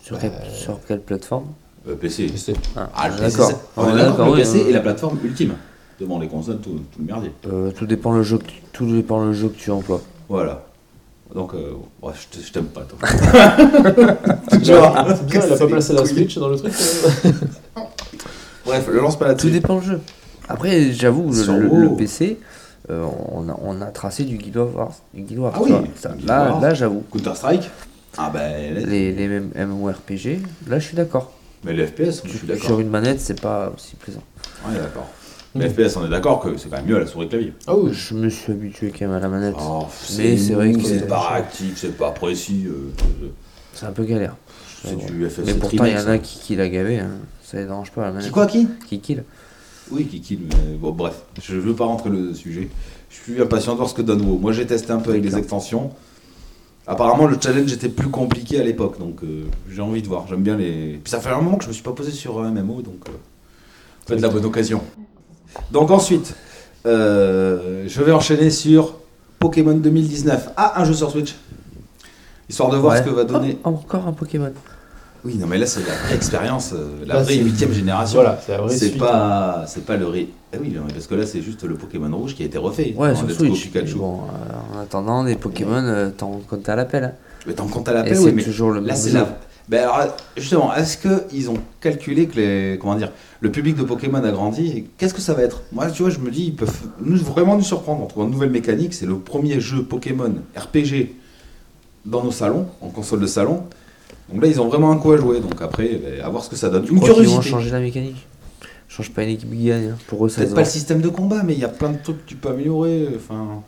D: Sur, quelle- sur quelle plateforme
B: Euh, PC.
C: Je sais.
D: Ah,
B: Euh. Ah, le PC,
D: d'accord.
B: ça-
D: Ah,
B: On est d'accord, le
D: oui,
B: PC
D: hein.
B: est la plateforme ultime. Devant les consoles, tout, tout le merdier.
D: Euh, tout dépend le jeu que tu, tout dépend le jeu que tu emploies.
B: Voilà. Donc, euh, ouais, je te- je t'aime pas, toi.
C: C'est bizarre, elle a
B: Casser
C: pas
B: les
C: placé la
B: couilles.
C: Switch dans le truc. euh.
B: Bref, le lance pas
D: Tout
B: là-dessus.
D: dépend le jeu. Après, j'avoue, le,
B: Sur
D: le-
B: WoW.
D: le PC, euh, on, a, on a tracé du Guild Wars. Du Guild Wars,
B: Ah
D: tu
B: oui,
D: vois. Ça,
B: Guild
D: là,
B: Wars.
D: là j'avoue.
B: Counter Strike Ah ben, les,
D: Les, les mêmes MMORPG, là je suis d'accord.
B: mais les FPS, je suis d'accord.
D: Sur Mmh. une manette, c'est pas aussi plaisant.
B: Ouais, d'accord. Les FPS, on est d'accord que c'est quand même mieux à la souris clavier.
C: Ah oui,
D: Je me suis habitué quand même à la manette.
B: Oh,
D: Mais c'est vrai
B: mou,
D: que-
B: c'est pas actif, c'est pas précis. euh, euh,
D: C'est un peu galère.
B: c'est du FPS.
D: Mais
B: c'est
D: pourtant, il y en a
B: Trimax,
D: qui kill à gaver. hein. Ça les dérange pas la
B: hein.
D: manette.
B: Qui quoi qui
D: Qui kill.
B: Oui, qui kill, mais bon, bref, je veux pas rentrer le sujet. Je suis impatient de voir ce que donne WoW. Moi, j'ai testé un peu avec les extensions. Apparemment, le challenge était plus compliqué à l'époque, donc euh, j'ai envie de voir. J'aime bien les. Puis ça fait un moment que je me suis pas posé sur un MMO, donc euh, ça va être la bonne occasion. Donc ensuite, euh, je vais enchaîner sur Pokémon 2019. Ah, un jeu sur Switch. Histoire de voir
D: Ouais.
B: ce que va donner.
D: Oh, encore un Pokémon.
B: Oui, non, mais là, c'est la vraie expérience, euh, la
C: Bah,
B: vraie
C: c'est-
B: 8 génération.
C: voilà, c'est la vraie
B: C'est
C: suite.
D: hein.
B: pas, c'est pas le ré... Ah oui, non, mais parce que là, c'est juste le Pokémon rouge qui a été refait.
D: Ouais,
B: en
D: sur
B: Let's Go
D: Switch.
B: Pikachu.
D: Mais Bon, euh, en attendant, les Pokémon, euh, t'en rends compte à l'appel. hein.
B: Mais t'en comptes à
D: Et
B: l'appel,
D: c'est
B: oui, mais
D: toujours le
B: là,
D: même
B: c'est
D: jeu.
B: la. Ben alors, justement, est-ce que ils ont calculé que les, comment dire, le public de Pokémon a grandi et Qu'est-ce que ça va être Moi, tu vois, je me dis, ils peuvent nous, vraiment nous surprendre en trouvant de nouvelles mécaniques. C'est le premier jeu Pokémon RPG dans nos salons, en console de salon. Donc là, ils ont vraiment un coup à jouer. Donc après, ben, à voir ce que ça donne. Une
D: Je crois qu'ils vont
B: curiosité.
D: changer la mécanique. Change pas une équipe qui gagne. hein. Pour eux, ça
B: Peut-être
D: se
B: pas
D: vend.
B: le système de combat, mais il y a plein de trucs que tu peux améliorer. Enfin,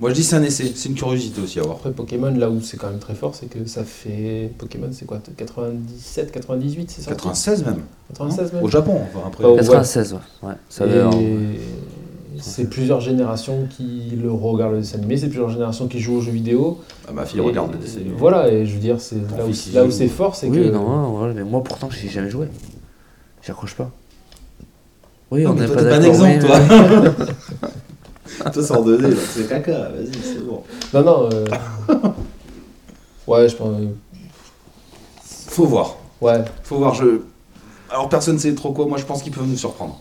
B: moi je dis c'est un essai, c'est une curiosité aussi à voir.
C: Après Pokémon, là où c'est quand même très fort, c'est que ça fait. Pokémon, c'est quoi 97, 98, c'est ça
B: 96 même, hein,
C: 96
B: au
C: même
B: Japon. Enfin après,
D: Bah,
C: Oh, ouais.
D: 96, ouais. ouais. Ça euh,
C: Et
D: avait un-
C: C'est plusieurs générations qui le regardent le dessin animé, c'est plusieurs générations qui jouent aux jeux vidéo.
B: Ah, ma fille
C: Et-
B: regarde le dessin.
C: Voilà, et je veux dire, c'est
B: Ton
C: là où,
B: fils, il
C: là où
B: joue.
C: c'est fort, c'est
D: Oui,
C: que.
D: non,
B: hein.
D: non, voilà, mais moi pourtant, j'y ai jamais joué. J'y accroche pas. Oui,
B: Non,
D: on
B: mais
D: n'est
B: toi,
D: pas
B: t'es
D: d'accord.
B: pas un exemple,
D: oui,
B: toi. toi sors de là, c'est caca, vas-y, c'est bon.
C: Non, non. euh, ouais, je pense. euh,
B: Faut voir,
C: Ouais,
B: faut voir. Je... Alors personne sait trop quoi, moi je pense qu'ils peuvent nous surprendre.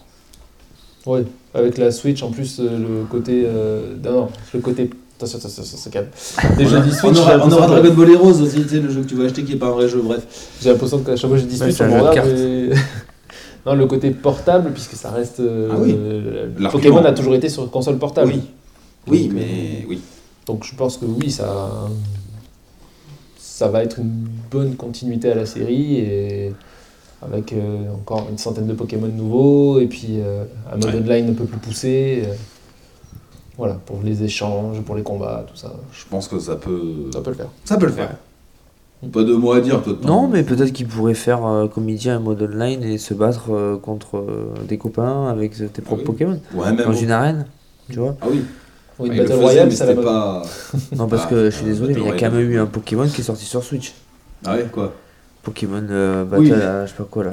C: ouais. Avec la Switch, en plus, euh, le côté. euh, non, non, le côté. Attention, attention, attention, c'est calme. Dès que j'ai dit Switch,
B: on aura, on aura
C: j'ai l'impression que-
B: Dragon Ball Heroes aussi, tu sais, le jeu que tu vas acheter qui est pas un vrai jeu, bref.
C: J'ai l'impression que à chaque fois que j'ai dit
D: Ouais,
C: Switch,
D: c'est
C: on
D: un
C: me
D: jeu de
C: regarde. mais- non, le côté portable, puisque ça reste. euh,
B: Ah oui.
C: euh,
B: L'argument.
C: Pokémon a toujours été sur console portable.
B: Oui. Oui,
C: Donc,
B: mais oui.
C: Donc je pense que oui, ça. Ça va être une bonne continuité à la série et avec euh, encore une centaine de Pokémon nouveaux et puis euh, un mode
B: Ouais.
C: online un peu plus poussé. euh, voilà, pour les échanges, pour les combats, tout ça.
B: Je pense que ça peut,
C: Ça peut le faire.
B: ça peut le faire. Pas de mots à dire, toi. de ton-
D: Non, mais peut-être qu'ils pourraient faire euh, comme il dit un mode online et se battre euh, contre euh, des copains avec euh, tes propres
B: Ah oui.
D: Pokémon
B: Ouais, même.
D: dans une arène, tu vois.
B: Ah oui.
C: Ou une
B: Ah, il le
C: Battle
B: faisait,
C: Royale,
B: mais
C: ça la
B: c'était
C: mode.
B: pas.
D: Non, parce
B: Ah,
D: que je suis
B: euh,
D: désolé, mais il y a
B: Battle
D: quand même
B: Royale.
D: eu un Pokémon qui est sorti sur Switch.
B: Ah ouais, quoi
D: Pokémon euh, Battle,
B: Oui. Hein
D: euh, je sais pas quoi là.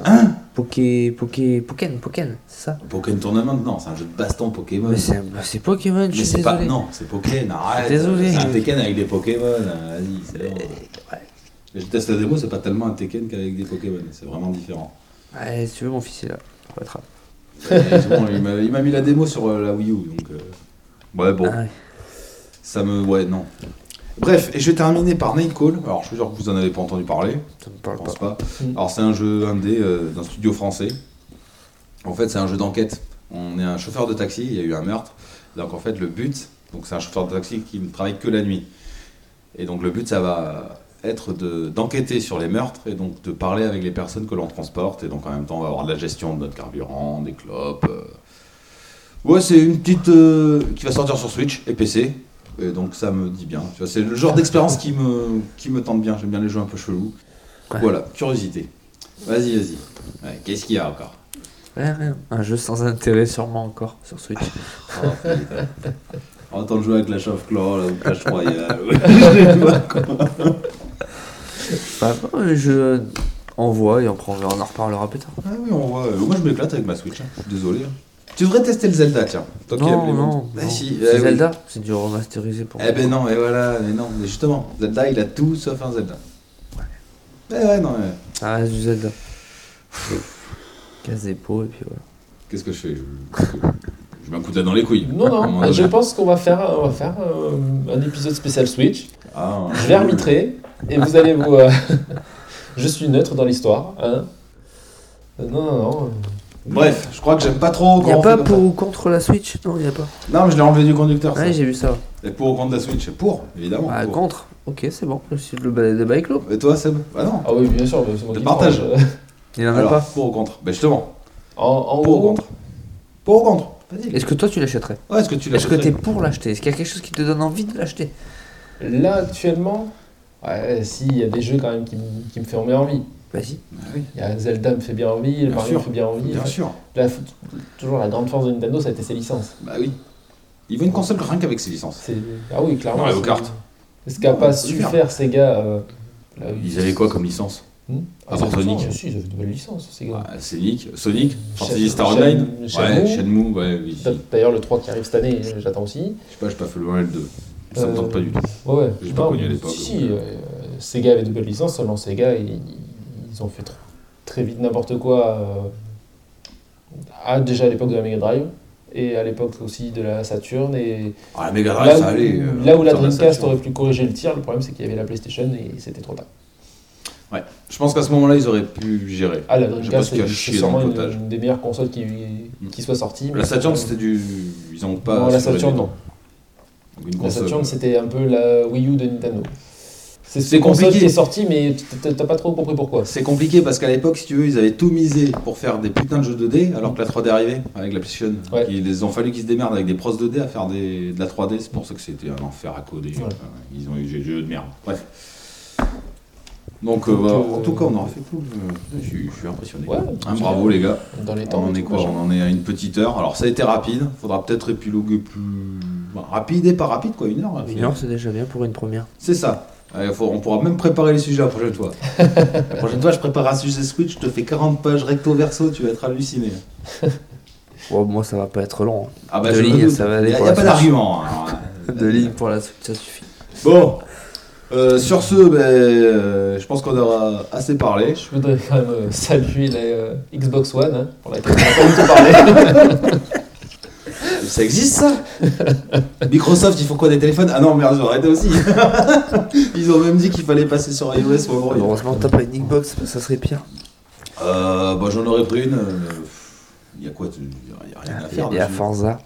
D: Poké, Poké, Pokémon, Pokémon, c'est ça
B: Pokémon Tournament, non, c'est un jeu de baston Pokémon.
D: Mais c'est bah, c'est Pokémon, je
B: Mais
D: suis
B: c'est pas.
D: désolé.
B: Non, c'est Pokémon, arrête.
D: Désolé.
B: C'est un Tekken avec des Pokémon, euh, vas-y, c'est bon. Je teste la démo, c'est pas tellement un Tekken qu'avec des Pokémon, c'est vraiment différent.
D: Ouais, si tu veux, mon fils est là. On va attraper.
B: Et c'est bon, il m'a- il m'a mis la démo sur euh, la Wii U, donc. euh, Ouais, bon,
D: Ah ouais.
B: ça me. Ouais, non. Bref, et je vais terminer par Nightcall. Alors, je suis sûr que vous en avez pas entendu parler.
D: Ça me
B: Je
D: parle pas.
B: pense pas.
C: Mm.
B: Alors c'est un jeu indé euh, d'un studio français. En fait c'est un jeu d'enquête. On est un chauffeur de taxi, il y a eu un meurtre. Donc en fait le but, donc c'est un chauffeur de taxi qui ne travaille que la nuit. Et donc le but ça va être de- d'enquêter sur les meurtres et donc de parler avec les personnes que l'on transporte. Et donc en même temps on va avoir de la gestion de notre carburant, des clopes. euh. Ouais c'est une petite euh, qui va sortir sur Switch et PC. Et donc ça me dit bien. Tu vois, C'est le genre d'expérience qui me, qui me tente bien. J'aime bien les jeux un peu chelous.
D: Ouais.
B: Voilà, curiosité. Vas-y, vas-y. Ouais, Qu'est-ce qu'il y a encore
D: Ouais, rien. Un jeu sans intérêt, sûrement encore sur Switch.
B: oh, putain. On attend de jouer à Clash of Clans, là, ou Clash Royale. ou- Je sais pas, quoi.
D: Bah, non, mais je envoie et on, prend, on en reparlera plus tard.
B: ah oui, on voit. euh, moi, je m'éclate avec ma Switch. hein. Je suis désolé. hein. Tu devrais tester le Zelda, tiens. Toi qui aimes
D: non,
B: les
D: non,
B: mondes.
D: non.
B: Ah, si,
D: C'est
B: eh oui.
D: Zelda, c'est du remasterisé pour
B: Eh ben non, mais voilà, mais non, mais justement, Zelda, il a tout sauf un Zelda. Ouais. Eh ouais, non, mais.
D: Ça reste Ah, du Zelda. Casse des pots et puis voilà.
B: Qu'est-ce que je fais Je, je mets un coup de là dans les couilles.
C: Non,
B: À un moment
C: non,
B: donné.
C: je pense qu'on va faire, on va faire euh, un épisode spécial Switch.
B: Ah,
C: Je vais arbitrer et vous allez vous. euh, je suis neutre dans l'histoire. hein. Euh, non, non, non. euh,
B: Bref, je crois que j'aime pas trop quand
D: Il a
B: on
D: pas
B: fait comme
D: pour ou contre la Switch Non, il a pas.
B: ça. Non, mais je l'ai enlevé du conducteur. ça.
D: Ouais, j'ai vu ça.
B: Et pour ou contre la Switch Pour, évidemment.
D: Ah,
B: pour.
D: contre Ok, c'est bon. C'est le ba- débat est clos.
B: Et toi, Seb Bah non.
C: Ah oui, bien sûr. bah, c'est moi
B: Le
C: qui
B: partage.
C: parle.
D: Il en a
B: Alors,
D: pas.
B: pour ou contre Bah justement.
C: En, en
B: Pour ou
C: gros,
B: contre Pour ou contre Vas-y.
D: Est-ce que toi tu l'achèterais
B: Ouais, est-ce que tu
D: Est-ce que
B: l'achèterais
D: t'es pour l'acheter Est-ce qu'il y a quelque chose qui te donne envie de l'acheter
C: là actuellement, ouais, si, il y a des jeux quand même qui, me- qui me font bien envie.
D: Vas-y.
C: Il y a Zelda me fait bien envie, le
B: Bien
C: Mario
B: sûr.
C: me fait bien envie.
B: Bien
C: ouais.
B: sûr.
C: Là, faut- toujours la grande force de Nintendo, ça a été ses licences.
B: Bah oui. Il veut une console rien qu'avec ses licences.
C: C'est- Ah oui, clairement.
B: Mario
C: c'est-
B: Kart.
C: Ce qu'a
B: Non,
C: pas
B: c'est
C: su
B: bien.
C: faire Sega. euh, là,
B: Ils avaient quoi comme licence
C: Hmm
B: À part
C: c'est
B: Sonic.
C: pourtant, euh, si, ils avaient de belles licences, Sega.
B: Ah, Sonic, Sonic, Fantasy
C: Shen-
B: Star Online,
C: Shen-
B: ouais,
C: Shenmue.
B: Shenmue, ouais, oui.
C: D'a- D'ailleurs, le 3 qui arrive cette année, euh, j'attends aussi.
B: Je sais pas, j'ai pas fait le 1 et le 2. Ça me
C: Euh,
B: tente pas du tout.
C: Ouais, ouais.
B: J'ai pas
C: Non,
B: connu à
C: mais
B: l'époque,
C: Si,
B: donc,
C: si, euh, Sega avait de belles licences, seulement Sega, ils, ils ont fait tr- très vite n'importe quoi. euh, à- déjà à l'époque de la Mega Drive, et à l'époque aussi de la Saturn. Et
B: Ah, la Mega
C: là,
B: Drive, ça allait.
C: où,
B: euh,
C: là où la
B: ça va, ça
C: Dreamcast
B: tient.
C: aurait pu corriger le tir, le problème c'est qu'il y avait la PlayStation et c'était trop tard.
B: Ouais. Je pense qu'à ce moment-là, ils auraient pu gérer.
C: Ah, la
B: Je sais pas ce
C: Dreamcast,
B: qu'il y a
C: c'est
B: chier
C: c'est
B: dans le
C: sûrement une,
B: potage. Mm.
C: une des meilleures consoles qui, qui soit sortie. mais-
B: La Saturn, c'était du. Ils ont pas.
C: Non, la
B: assuré
C: Saturn,
B: du-
C: non.
B: Une
C: La
B: console.
C: Saturn, c'était un peu la Wii U de Nintendo. C'est
B: C'est
C: une console
B: compliqué.
C: qui est sortie, mais t- t- t'as pas trop compris pourquoi.
B: C'est compliqué parce qu'à l'époque, si tu veux, ils avaient tout misé pour faire des putains de jeux 2D alors que la 3D arrivait avec la PlayStation.
C: Ouais.
B: Ils ont fallu qu'ils se démerdent avec des pros 2D à faire des, de la 3D. C'est pour ça que c'était un enfer à coder.
C: Ouais.
B: Enfin, Ils ont eu des jeux de merde. Bref. Donc, euh,
C: Donc,
B: bah,
C: euh,
B: en tout cas, on aura fait tout. le- Je suis je suis impressionné.
C: Ouais,
B: Hein, bravo les gars.
C: Dans les temps.
B: On en
C: et
B: est
C: tout,
B: quoi
C: machin.
B: On en est à une petite heure. Alors ça a été rapide. Faudra peut-être épiloguer plus bah, rapide et pas rapide quoi, une heure.
D: Une heure, c'est déjà bien pour une première.
B: C'est ça. Allez, faut- on pourra même préparer les sujets la prochaine fois. la prochaine fois, je prépare un sujet Switch, je te fais 40 pages recto verso, tu vas être halluciné.
D: Bon, moi ça va pas être long. hein.
B: Ah
D: Deux
B: je me
D: lignes,
B: doute.
D: ça va aller
B: Y a,
D: pour
B: y a
D: la
B: pas
D: Switch.
B: d'argument. hein.
D: Deux lignes pour la Switch, ça suffit.
B: Bon, Euh, sur ce, ben, euh, je pense qu'on aura assez parlé.
C: Je voudrais quand même euh, saluer la euh, Xbox One, hein, pour laquelle on n'a pas du tout parlé.
B: Ça existe ça Microsoft, ils font quoi des téléphones Ah non, merde, j'ai arrêté aussi. ils ont même dit qu'il fallait passer sur iOS ou Android.
D: Heureusement, t'as pas une Xbox, ça serait pire.
B: Euh, bah, j'en aurais pris une. Il y a quoi Il y a rien à
D: Il Ah, y a
B: Bah, faire.
D: bien
B: dessus.
D: Forza.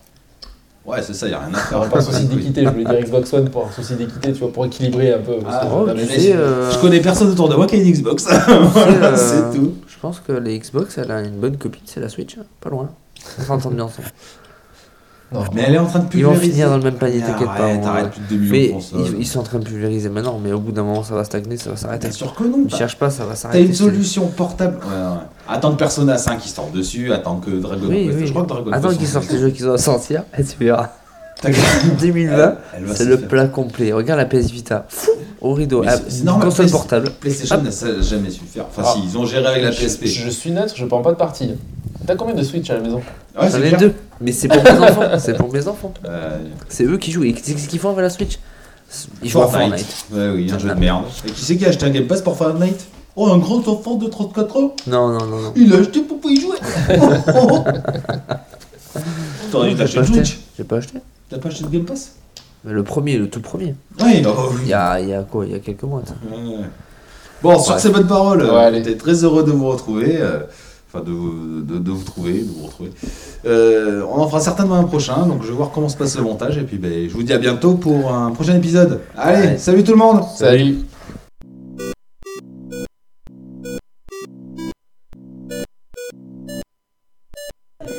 B: Ouais, c'est ça, il y a rien à faire.
C: Alors, par souci d'équité, je voulais dire Xbox One pour un souci d'équité, tu vois, pour équilibrer un peu. parce
B: Ah,
C: que,
B: oh,
C: la
D: tu
C: même-
D: sais, euh,
B: Je connais personne autour de moi qui a une Xbox. voilà,
D: tu sais, euh,
B: c'est tout.
D: Je pense que les Xbox, elle a une bonne copine, c'est la Switch, hein, pas loin. On s'entend bien ensemble.
C: Non,
B: Mais elle est en train de
D: oh. Ils vont
B: pulvériser.
D: finir dans le même panier, t'inquiète pas.
B: Arrête,
D: on-
B: arrête, plus de 2
D: Mais
B: millions pour ça.
D: ils, ils sont en train de pulvériser maintenant, mais au bout d'un moment, ça va stagner, ça va s'arrêter.
B: T'es sûr que non
D: Ne cherche pas, ça va
B: T'as
D: s'arrêter.
B: une solution portable. Ouais, ouais. Attends que Persona 5 il sorte dessus, attends que Dragon
D: Oui,
B: Quest.
D: oui.
B: Je crois que Dragon
D: Attends
B: Quest.
D: qu'ils sortent les jeux qu'ils ont à sortir, et tu verras.
B: T'inquiète.
D: 2020,
B: Elle va
D: c'est
B: se
D: le
B: faire.
D: plat complet. Regarde la PS Vita, fou, au rideau,
B: Mais
D: Ah,
B: c'est- c'est normal,
D: console
B: PS-
D: portable.
B: PlayStation
D: Hop.
B: n'a ça jamais su faire. Enfin,
C: Ah.
B: si, ils ont géré avec la
C: je,
B: PSP.
C: je suis neutre, je prends pas de parti. T'as combien de Switch à la maison
B: Ah Ouais,
D: J'en
B: c'est
D: ai
B: clair.
D: deux, mais c'est pour mes enfants. C'est pour mes enfants.
B: Euh,
D: C'est eux qui jouent. Et c'est ce qu'ils font avec la Switch. Ils jouent à Fortnite. Ah.
B: Ouais, oui, un jeu de merde. Et qui c'est qui a acheté un Game Pass pour Fortnite Oh, un grand enfant de 34 ans
D: Non, non, non, non.
B: Il l'a acheté pour pas y jouer Oh, oh, oh. T'aurais dû t'acheter
D: J'ai pas acheté.
B: Switch
D: J'ai pas acheté.
B: T'as pas acheté de Game Pass
D: Mais le premier, le tout premier.
B: Oui, oh,
D: Il
B: oui.
D: y a, il y a quoi Il y a quelques mois. ça.
B: Ouais. Bon, sur
D: Ouais.
B: ces bonnes paroles,
C: Ouais,
B: euh,
C: allez.
B: j'étais très heureux de vous retrouver. euh, Enfin, de, vous- de, de vous trouver, de vous retrouver. Euh, on en fera certainement un prochain, donc je vais voir comment se passe le montage. Et puis, ben, je vous dis à bientôt pour un prochain épisode. Allez,
D: Ouais.
B: salut tout le monde
C: Salut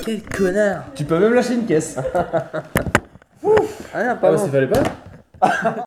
D: Quel connard
G: Tu peux même lâcher une caisse.
D: Ah non,
G: Ah
D: pas
G: bah,
D: bon.
G: ça fallait pas